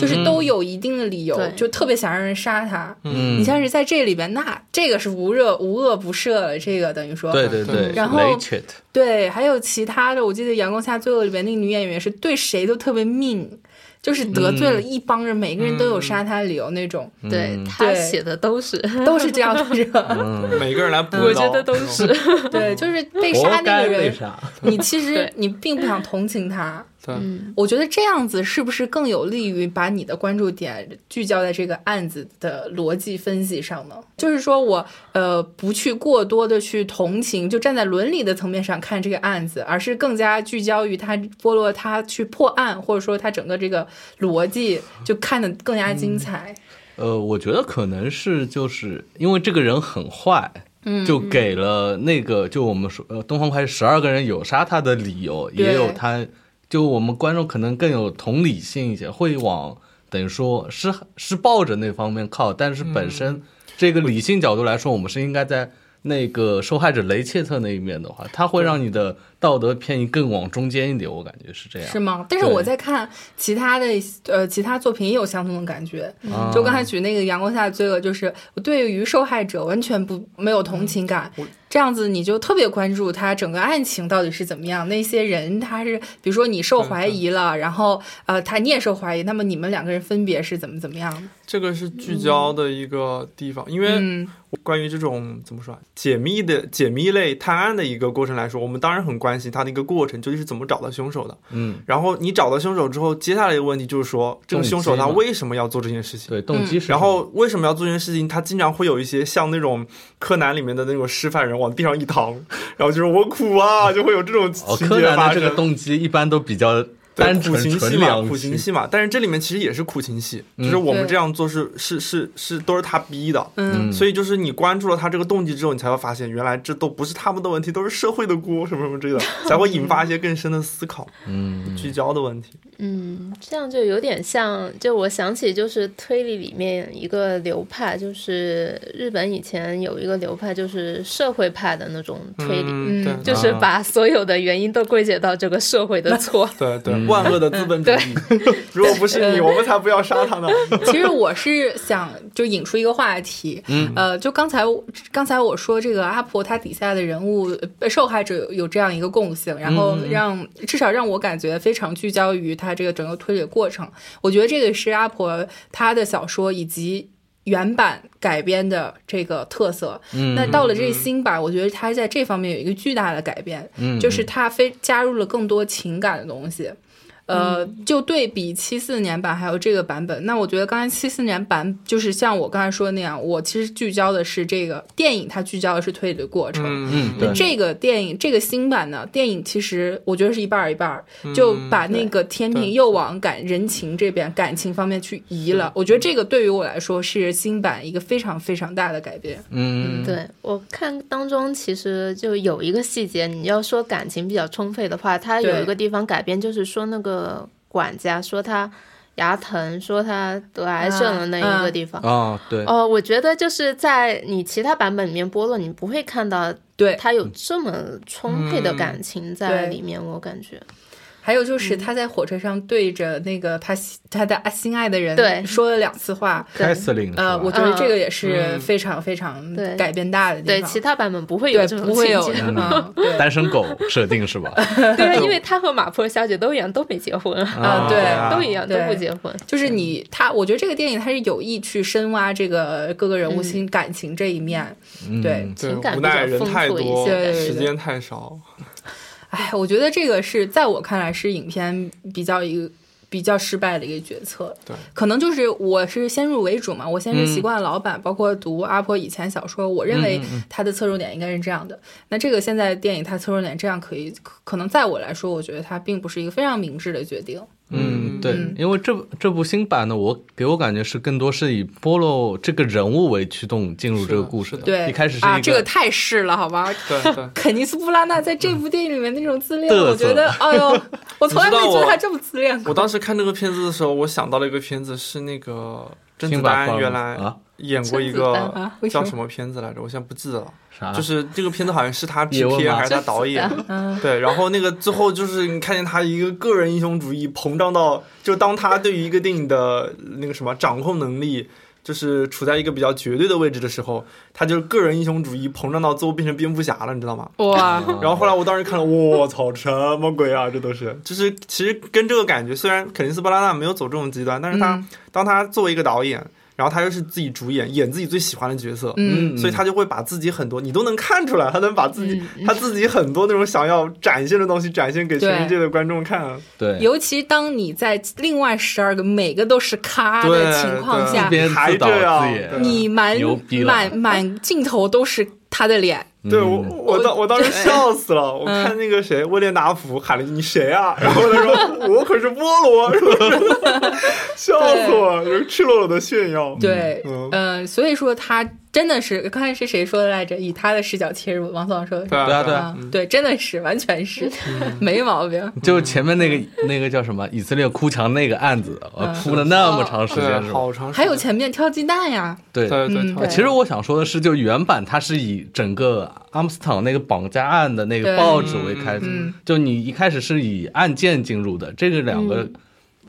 Speaker 5: 就是都有一定的理由，
Speaker 7: 对
Speaker 5: 就特别想让人杀他。
Speaker 2: 嗯
Speaker 5: 你像是在这里边，那这个是无热无恶不赦了，这个等于说，
Speaker 2: 对对对，
Speaker 5: 然后
Speaker 2: Ratchet
Speaker 5: 对，还有其他的，我记得《阳光下最后》里边那个女演员是对谁都特别命，就是得罪
Speaker 2: 嗯
Speaker 5: 了一帮人，每个人都有杀她理由那种，
Speaker 7: 对他
Speaker 5: 对
Speaker 7: 写的都是，
Speaker 5: 都是这样的人。 (laughs)
Speaker 6: 每个人来补一刀，
Speaker 7: 我觉得都
Speaker 2: 嗯
Speaker 7: 是
Speaker 6: 这种。
Speaker 5: 对，就是被
Speaker 2: 活
Speaker 5: 杀那
Speaker 2: 该
Speaker 5: 个
Speaker 2: 被
Speaker 5: 人，
Speaker 2: 杀，
Speaker 5: 你其实
Speaker 7: 对
Speaker 5: 你并不想同情他。
Speaker 6: 对
Speaker 5: 我觉得这样子是不是更有利于把你的关注点聚焦在这个案子的逻辑分析上呢？就是说我呃不去过多的去同情，就站在伦理的层面上看这个案子，而是更加聚焦于他剥落他去破案，或者说他整个这个逻辑就看得更加精彩。
Speaker 2: 呃，我觉得可能是就是因为这个人很坏，
Speaker 5: 嗯
Speaker 2: 就给了那个就我们说呃东方快十二个人有杀他的理由，也
Speaker 5: 对
Speaker 2: 有他，就我们观众可能更有同理心一些，会往等于说是是抱着那方面靠，但是
Speaker 5: 嗯
Speaker 2: 本身这个理性角度来说，我们是应该在。那个受害者雷切特那一面的话，他会让你的道德偏移更往中间一点，我感觉是这样。
Speaker 5: 是吗？但是我
Speaker 2: 啊对
Speaker 5: 在看其他的呃其他作品也有相同的感觉，
Speaker 6: 嗯
Speaker 2: 啊
Speaker 5: 就刚才举那个《阳光下的罪恶》，就是我对于受害者完全不没有同情感，
Speaker 6: 嗯
Speaker 5: 这样子你就特别关注他整个案情到底是怎么样。那些人他是，比如说你受怀疑了，然后呃他你也受怀疑，那么你们两个人分别是怎么怎么样的？
Speaker 6: 这个是聚焦的一个地方，因为
Speaker 5: 嗯
Speaker 6: 关于这种怎么说啊，解密的解密类探案的一个过程来说，我们当然很关心它的一个过程，究竟是怎么找到凶手的。
Speaker 2: 嗯，
Speaker 6: 然后你找到凶手之后，接下来一个问题就是说，这个凶手他为什么要做这件事情？
Speaker 2: 对，
Speaker 5: 嗯
Speaker 2: 动机是什么。
Speaker 6: 然后为什么要做这件事情？他经常会有一些像那种柯南里面的那种示范人往地上一躺， (laughs) 然后就是我苦啊，就会有这种
Speaker 2: 哦，
Speaker 6: 情
Speaker 2: 柯
Speaker 6: 节
Speaker 2: 南
Speaker 6: 发
Speaker 2: 的这
Speaker 6: 生。
Speaker 2: 个动机一般都比较
Speaker 6: 对
Speaker 2: 单
Speaker 6: 苦
Speaker 2: 纯
Speaker 6: 情戏
Speaker 2: 纯
Speaker 6: 嘛，
Speaker 2: 良嗯
Speaker 6: 苦情戏嘛，但是这里面其实也是苦情戏，就是我们这样做是是是是都是他逼的，
Speaker 5: 嗯
Speaker 2: 嗯
Speaker 6: 所以就是你关注了他这个动机之后，你才会发现原来这都不是他们的问题，都是社会的锅什么什么之
Speaker 2: (laughs)
Speaker 6: 类的，才会引发一些更深的思考、
Speaker 2: 嗯，
Speaker 6: 聚焦的问题。
Speaker 7: 嗯，这样就有点像，就我想起就是推理里面一个流派，就是日本以前有一个流派，就是社会派的那种推理，
Speaker 6: 嗯，对
Speaker 5: 嗯
Speaker 7: 就是把所有的原因都归结到这个社会的错。
Speaker 6: 对对，万恶的资本主义， (laughs) 如果不是你，我们才不要杀他呢。
Speaker 5: 其实我是想就引出一个话题，嗯，呃，就刚才我刚才我说这个阿婆她底下的人物呃受害者有有这样一个共性，然后让、至少让我感觉非常聚焦于她这个整个推理过程。我觉得这个是阿婆她的小说以及。原版改编的这个特色，嗯、那到了这新版，我觉得它在这方面有一个巨大的改变，嗯、就是它非加入了更多情感的东西。呃，就对比七四年版还有这个版本，那我觉得刚才七四年版就是像我刚才说的那样，我其实聚焦的是这个电影，它聚焦的是推理的过程。
Speaker 6: 嗯
Speaker 5: 那这个电影，这个新版呢，电影其实我觉得是一半儿一半儿，就把那个天平
Speaker 6: 嗯对
Speaker 5: 又往感人情这边、感情方面去移了。我觉得这个对于我来说是新版一个非常非常大的改变。
Speaker 2: 嗯，
Speaker 7: 对我看当中，其实就有一个细节，你要说感情比较充沛的话，它有
Speaker 5: 对
Speaker 7: 一个地方改编，就是说那个管家说他牙疼，说他得癌症了那一
Speaker 5: 啊
Speaker 7: 个地方。
Speaker 2: 啊，对，
Speaker 7: 哦，我觉得就是在你其他版本里面播了，你不会看到
Speaker 5: 对，嗯
Speaker 7: 他有这么充沛的感情在里面，我
Speaker 6: (laughs)
Speaker 7: 感觉。
Speaker 5: 还有就是
Speaker 7: 嗯
Speaker 5: 他在火车上对着那个他心他的心爱的人
Speaker 7: 对
Speaker 5: 说了两次话，
Speaker 2: 凯瑟琳是吧
Speaker 5: 呃，我觉得
Speaker 7: 嗯
Speaker 5: 这个也是非常非常
Speaker 7: 对
Speaker 5: 改变大的地
Speaker 7: 对，
Speaker 5: 方，
Speaker 7: 其他版本不会有
Speaker 5: 对
Speaker 7: 这种
Speaker 5: 不会有
Speaker 7: 情节
Speaker 5: 的，嗯，对
Speaker 2: 单身狗设定是
Speaker 5: (laughs)
Speaker 2: 吧？
Speaker 7: (laughs) 对啊，因为他和马普尔小姐都一样，都没结婚，
Speaker 5: 啊，对。
Speaker 7: (laughs) 都一样，都
Speaker 5: 对
Speaker 7: 不结婚。
Speaker 5: 就是你他，我觉得这个电影它是有意去深挖这个各个人
Speaker 7: 嗯
Speaker 5: 物心感情这一面。对，
Speaker 6: 对，
Speaker 7: 情感
Speaker 6: 无
Speaker 7: 比较
Speaker 6: 奈人
Speaker 7: 丰
Speaker 6: 太
Speaker 7: 富一
Speaker 6: 多，
Speaker 7: 些
Speaker 5: 对对
Speaker 6: 时间太少。
Speaker 5: 哎，我觉得这个是在我看来是影片比较一个比较失败的一个决策。
Speaker 6: 对，
Speaker 5: 可能就是我是先入为主嘛，我
Speaker 2: 嗯
Speaker 5: 先是习惯老版，包括读阿婆以前小说，我认
Speaker 2: 嗯
Speaker 5: 为它的侧重点应该是这样的。那这个现在电影它侧重点这样可以，可可能在我来说，我觉得它并不是一个非常明智的决定。
Speaker 2: 嗯，对
Speaker 5: 嗯，
Speaker 2: 因为这这部新版呢，我给我感觉是更多是以波洛这个人物为驱动进入这个故事的。
Speaker 5: 对，
Speaker 2: 一开始是一
Speaker 5: 啊，这个太是了，好吧？
Speaker 6: (laughs) 对对，
Speaker 5: 肯尼斯·布拉纳在这部电影里面那种自恋，
Speaker 2: 嘚瑟
Speaker 5: 我觉得，哎呦，我从来没觉得他这么自
Speaker 2: (laughs)
Speaker 5: 恋
Speaker 6: 我
Speaker 5: 过。
Speaker 6: 当时看这个片子的时候，我想到了一个片子，是那个甄子
Speaker 2: 新版
Speaker 6: 丹
Speaker 2: 福尔摩
Speaker 6: 原
Speaker 2: 斯
Speaker 6: 来
Speaker 2: 啊
Speaker 6: 演过一
Speaker 7: 甄子
Speaker 5: 丹
Speaker 6: 个
Speaker 5: 啊为什
Speaker 6: 叫
Speaker 5: 么
Speaker 6: 什么片子来着，我现在不记得了。
Speaker 2: 啥？
Speaker 6: 就是这个片子好像是他制
Speaker 2: 叶啊问
Speaker 6: 片
Speaker 2: 吗
Speaker 6: 还是他导演
Speaker 7: 甄，
Speaker 6: 对，然后那个最后就是你看见他一个个人英雄主义膨胀到，就当他对于一个电影的那个什么掌控能力。就是处在一个比较绝对的位置的时候，他就是个人英雄主义膨胀到最后变成蝙蝠侠了，你知道吗？
Speaker 2: 啊
Speaker 5: 哇，
Speaker 2: 嗯
Speaker 6: 然后后来我当时看了，我操，什么鬼啊？这都是，就是其实跟这个感觉，虽然肯尼斯·布拉纳没有走这种极端，但是他、
Speaker 5: 嗯
Speaker 6: 当他作为一个导演，然后他又是自己主演，演自己最喜欢的角色，
Speaker 5: 嗯，
Speaker 6: 所以他就会把自己很多，你都能看出来，他能把自己、
Speaker 7: 嗯
Speaker 6: 他自己很多那种想要展现的东西展现给全世界的观众看。
Speaker 2: 对，
Speaker 5: 尤其当你在另外十二个每个都是咖的
Speaker 6: 对
Speaker 5: 情况
Speaker 6: 对
Speaker 5: 下
Speaker 2: 一，边自导
Speaker 6: 还这样
Speaker 2: 自演，
Speaker 5: 你满
Speaker 2: 牛逼了
Speaker 5: 满满镜头都是他的脸，
Speaker 6: 嗯对
Speaker 5: 嗯
Speaker 6: 我，我当我当时
Speaker 5: 对
Speaker 6: 笑死了。我
Speaker 5: 嗯
Speaker 6: 看那个谁，威廉达福喊了一句“你谁啊？” (laughs) 然后他说：“我可是菠萝。” (laughs) 笑死我，就是赤裸裸的炫耀。
Speaker 5: 对，
Speaker 6: 嗯
Speaker 5: 呃，所以说他真的是，刚才是谁说的来着？以他的视角切入，王总说的是
Speaker 6: 对
Speaker 5: 吧。
Speaker 2: 对啊对啊嗯
Speaker 5: 啊，对，真的是，完全是， (laughs) 没毛病。
Speaker 2: 就是前面那个那个叫什么以色列哭墙那个案子，
Speaker 5: 嗯
Speaker 2: 我哭了那么长时间是吧？
Speaker 6: 啊长时间
Speaker 5: 还有前面挑鸡蛋呀，
Speaker 2: 对
Speaker 6: 对对
Speaker 5: 嗯
Speaker 6: 对
Speaker 5: 对
Speaker 2: 其实我想说的是，就原版它是以整个阿姆斯特朗那个绑架案的那个
Speaker 5: 对
Speaker 2: 报纸为开始，
Speaker 5: 嗯
Speaker 2: 就你一开始是以案件进入的，这个两个
Speaker 5: 嗯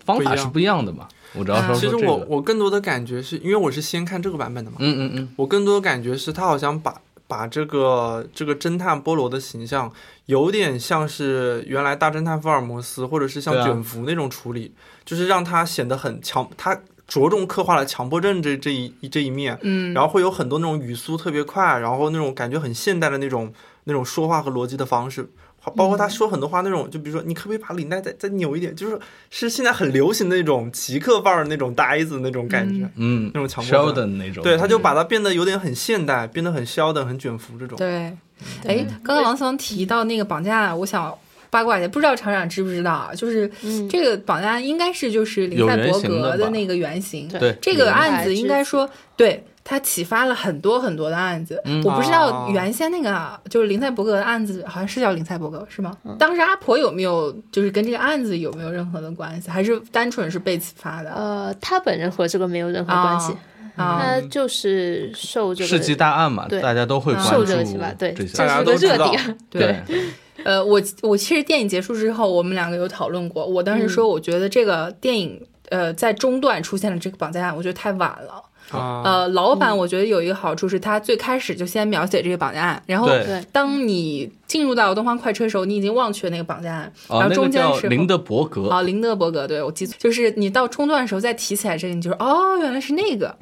Speaker 2: 方法是不一样的嘛。我主要说
Speaker 6: 其
Speaker 2: 说
Speaker 6: 实
Speaker 2: 这
Speaker 6: 我
Speaker 2: 个，
Speaker 6: 我更多的感觉是因为我是先看这个版本的嘛，
Speaker 2: 嗯嗯嗯，
Speaker 6: 我更多的感觉是他好像把把这个这个侦探波罗的形象，有点像是原来大侦探福尔摩斯，或者是像
Speaker 2: 对啊
Speaker 6: 卷福那种处理，就是让他显得很强，他着重刻画了强迫症这这一这一面，
Speaker 5: 嗯，
Speaker 6: 然后会有很多那种语速特别快，然后那种感觉很现代的那种那种说话和逻辑的方式，包括他说很多话那种，就比如说你可不可以把领带再再扭一点，就是是现在很流行的那种极客范儿那种呆子那种感觉，
Speaker 2: 嗯
Speaker 6: 那种强迫症。
Speaker 2: ，Sheldon 那种，
Speaker 6: 对，他就把它变得有点很现代，变得很 Sheldon 很卷福这种。
Speaker 2: 嗯
Speaker 5: 对。哎，刚刚王思聪提到那个绑架案，我想八卦一下，不知道厂长知不知道啊？就是
Speaker 7: 嗯
Speaker 5: 这个绑架案应该是就是林
Speaker 2: 有
Speaker 5: 赛
Speaker 2: 原
Speaker 5: 博
Speaker 2: 型的
Speaker 5: 格
Speaker 2: 吧
Speaker 5: 的那个原型，
Speaker 7: 对
Speaker 2: 对
Speaker 5: 这个案子应该说对。它启发了很多很多的案子，
Speaker 2: 嗯
Speaker 5: 我不知道
Speaker 6: 哦
Speaker 5: 原先那个、啊就是林赛伯格的案子，好像是叫林赛伯格是吗？当时阿婆有没有就是跟这个案子有没有任何的关系，还是单纯是被启发的？
Speaker 7: 呃，他本人和这个没有任何关系，
Speaker 5: 啊、
Speaker 7: 他就是受这个
Speaker 2: 世纪大案嘛，
Speaker 7: 对
Speaker 2: 大家都
Speaker 5: 嗯
Speaker 2: 会关注
Speaker 7: 受这个启发，对，
Speaker 2: 这
Speaker 7: 这
Speaker 2: 些，
Speaker 6: 大家
Speaker 7: 是
Speaker 6: 都
Speaker 7: 个
Speaker 6: 知
Speaker 7: 热
Speaker 6: 道
Speaker 7: 点。
Speaker 2: 对，
Speaker 5: 呃，我我其实电影结束之后，我们两个有讨论过。我当时说，我觉得这个电影，呃，在中段出现了这个绑架案，我觉得太晚
Speaker 2: 哦
Speaker 5: 了。
Speaker 7: (laughs)
Speaker 6: 啊，
Speaker 5: 呃，老版我觉得有一个好处是，他最开始就先描写这个绑架案，然后
Speaker 2: 对
Speaker 7: 对
Speaker 5: 当你进入到东方快车的时候，你已经忘却那个绑架案，
Speaker 2: 哦
Speaker 5: 然，后
Speaker 2: 那个
Speaker 5: 中间
Speaker 2: 叫
Speaker 5: 是
Speaker 2: 林德伯
Speaker 5: 啊、
Speaker 2: 格，
Speaker 5: 林德伯格，对我记错，就是你到中段的时候再提起来这个，你就说哦，原来是那个。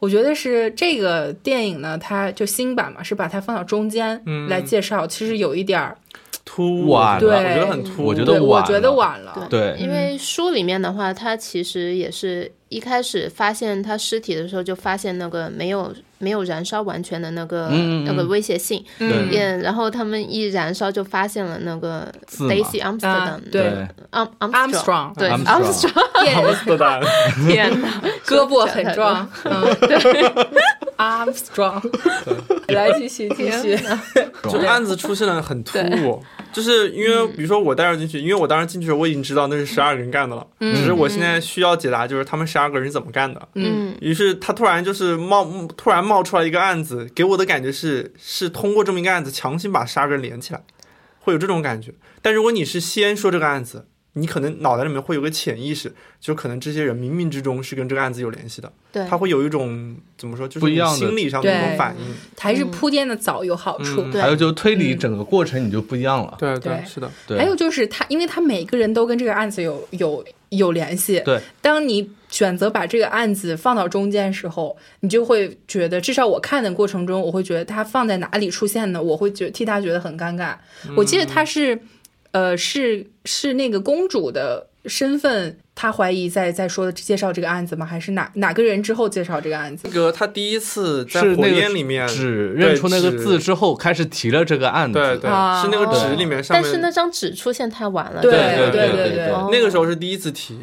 Speaker 5: 我觉得是这个电影呢，它就新版嘛，是把它放到中间
Speaker 2: 嗯
Speaker 5: 来介绍，其实有一点儿，
Speaker 6: 突
Speaker 2: 晚 (laughs)
Speaker 6: 我觉
Speaker 5: 了
Speaker 6: 得我觉得很突兀，
Speaker 2: 我觉得
Speaker 5: 对，我
Speaker 2: 晚
Speaker 5: 觉得
Speaker 2: 了
Speaker 5: 晚了，
Speaker 2: 对，
Speaker 7: 因为书里面的话，他其实也是一开始发现他尸体的时候，就发现那个没有没有燃烧完全的那个、
Speaker 2: 嗯嗯嗯嗯
Speaker 7: 那个威胁性，
Speaker 5: 嗯
Speaker 2: 对
Speaker 7: 也然后他们一燃烧就发现了那个
Speaker 2: 字嘛
Speaker 7: Stacy Amsterdam，
Speaker 5: 啊对
Speaker 2: 对
Speaker 7: ，Am Armstrong，
Speaker 5: Armstrong，
Speaker 7: 对
Speaker 2: Armstrong
Speaker 6: (laughs)
Speaker 5: 电
Speaker 6: 特大。
Speaker 7: 天哪，
Speaker 5: 胳膊很壮，嗯，对 (laughs) ，Armstrong，来 (laughs) 继续继续，
Speaker 6: 就案子出现的很突兀，就是因
Speaker 7: 嗯
Speaker 6: 为比如说我带入进去，因为我当时进去的时候我已经知道那是十二个人干的了，只是我现在需要解答就是他们十二个人是怎么干的。
Speaker 7: 嗯，
Speaker 6: 于是他突然就是冒突然冒出来一个案子，给我的感觉是是通过这么一个案子强行把十二个人连起来，会有这种感觉。但如果你是先说这个案子，你可能脑袋里面会有个潜意识，就可能这些人冥冥之中是跟这个案子有联系的，
Speaker 7: 对，
Speaker 6: 他会有一种怎么说，就是
Speaker 2: 不一样的
Speaker 6: 心理上的一种
Speaker 5: 对
Speaker 6: 反应。
Speaker 5: 还是铺垫的早有好处。
Speaker 6: 嗯
Speaker 7: 对
Speaker 2: 还有就推理整个过程你就不一样了，
Speaker 6: 对
Speaker 5: 对
Speaker 6: 是的，
Speaker 2: 对，
Speaker 5: 还有就是他，因为他每个人都跟这个案子有有有联系。
Speaker 2: 对，
Speaker 5: 当你选择把这个案子放到中间的时候，你就会觉得，至少我看的过程中，我会觉得他放在哪里出现呢？我会觉替他觉得很尴
Speaker 2: 嗯
Speaker 5: 尬。我记得他是，呃，是是那个公主的身份他怀疑在在说的介绍这个案子吗？还是哪哪个人之后介绍这个案子
Speaker 6: 那？个他第一次在
Speaker 2: 是
Speaker 6: 火
Speaker 2: 那
Speaker 6: 焰
Speaker 2: 个
Speaker 6: 里面，
Speaker 2: 纸认出那个字之后，开始提了这个案子。
Speaker 6: 对对，
Speaker 5: 啊
Speaker 6: 是那个纸里面上
Speaker 7: 但
Speaker 6: 面，
Speaker 7: 是那张纸出现太晚了，
Speaker 5: 对
Speaker 6: 对
Speaker 5: 对
Speaker 6: 对
Speaker 5: 对
Speaker 7: 哦
Speaker 6: 那个时候是第一次提，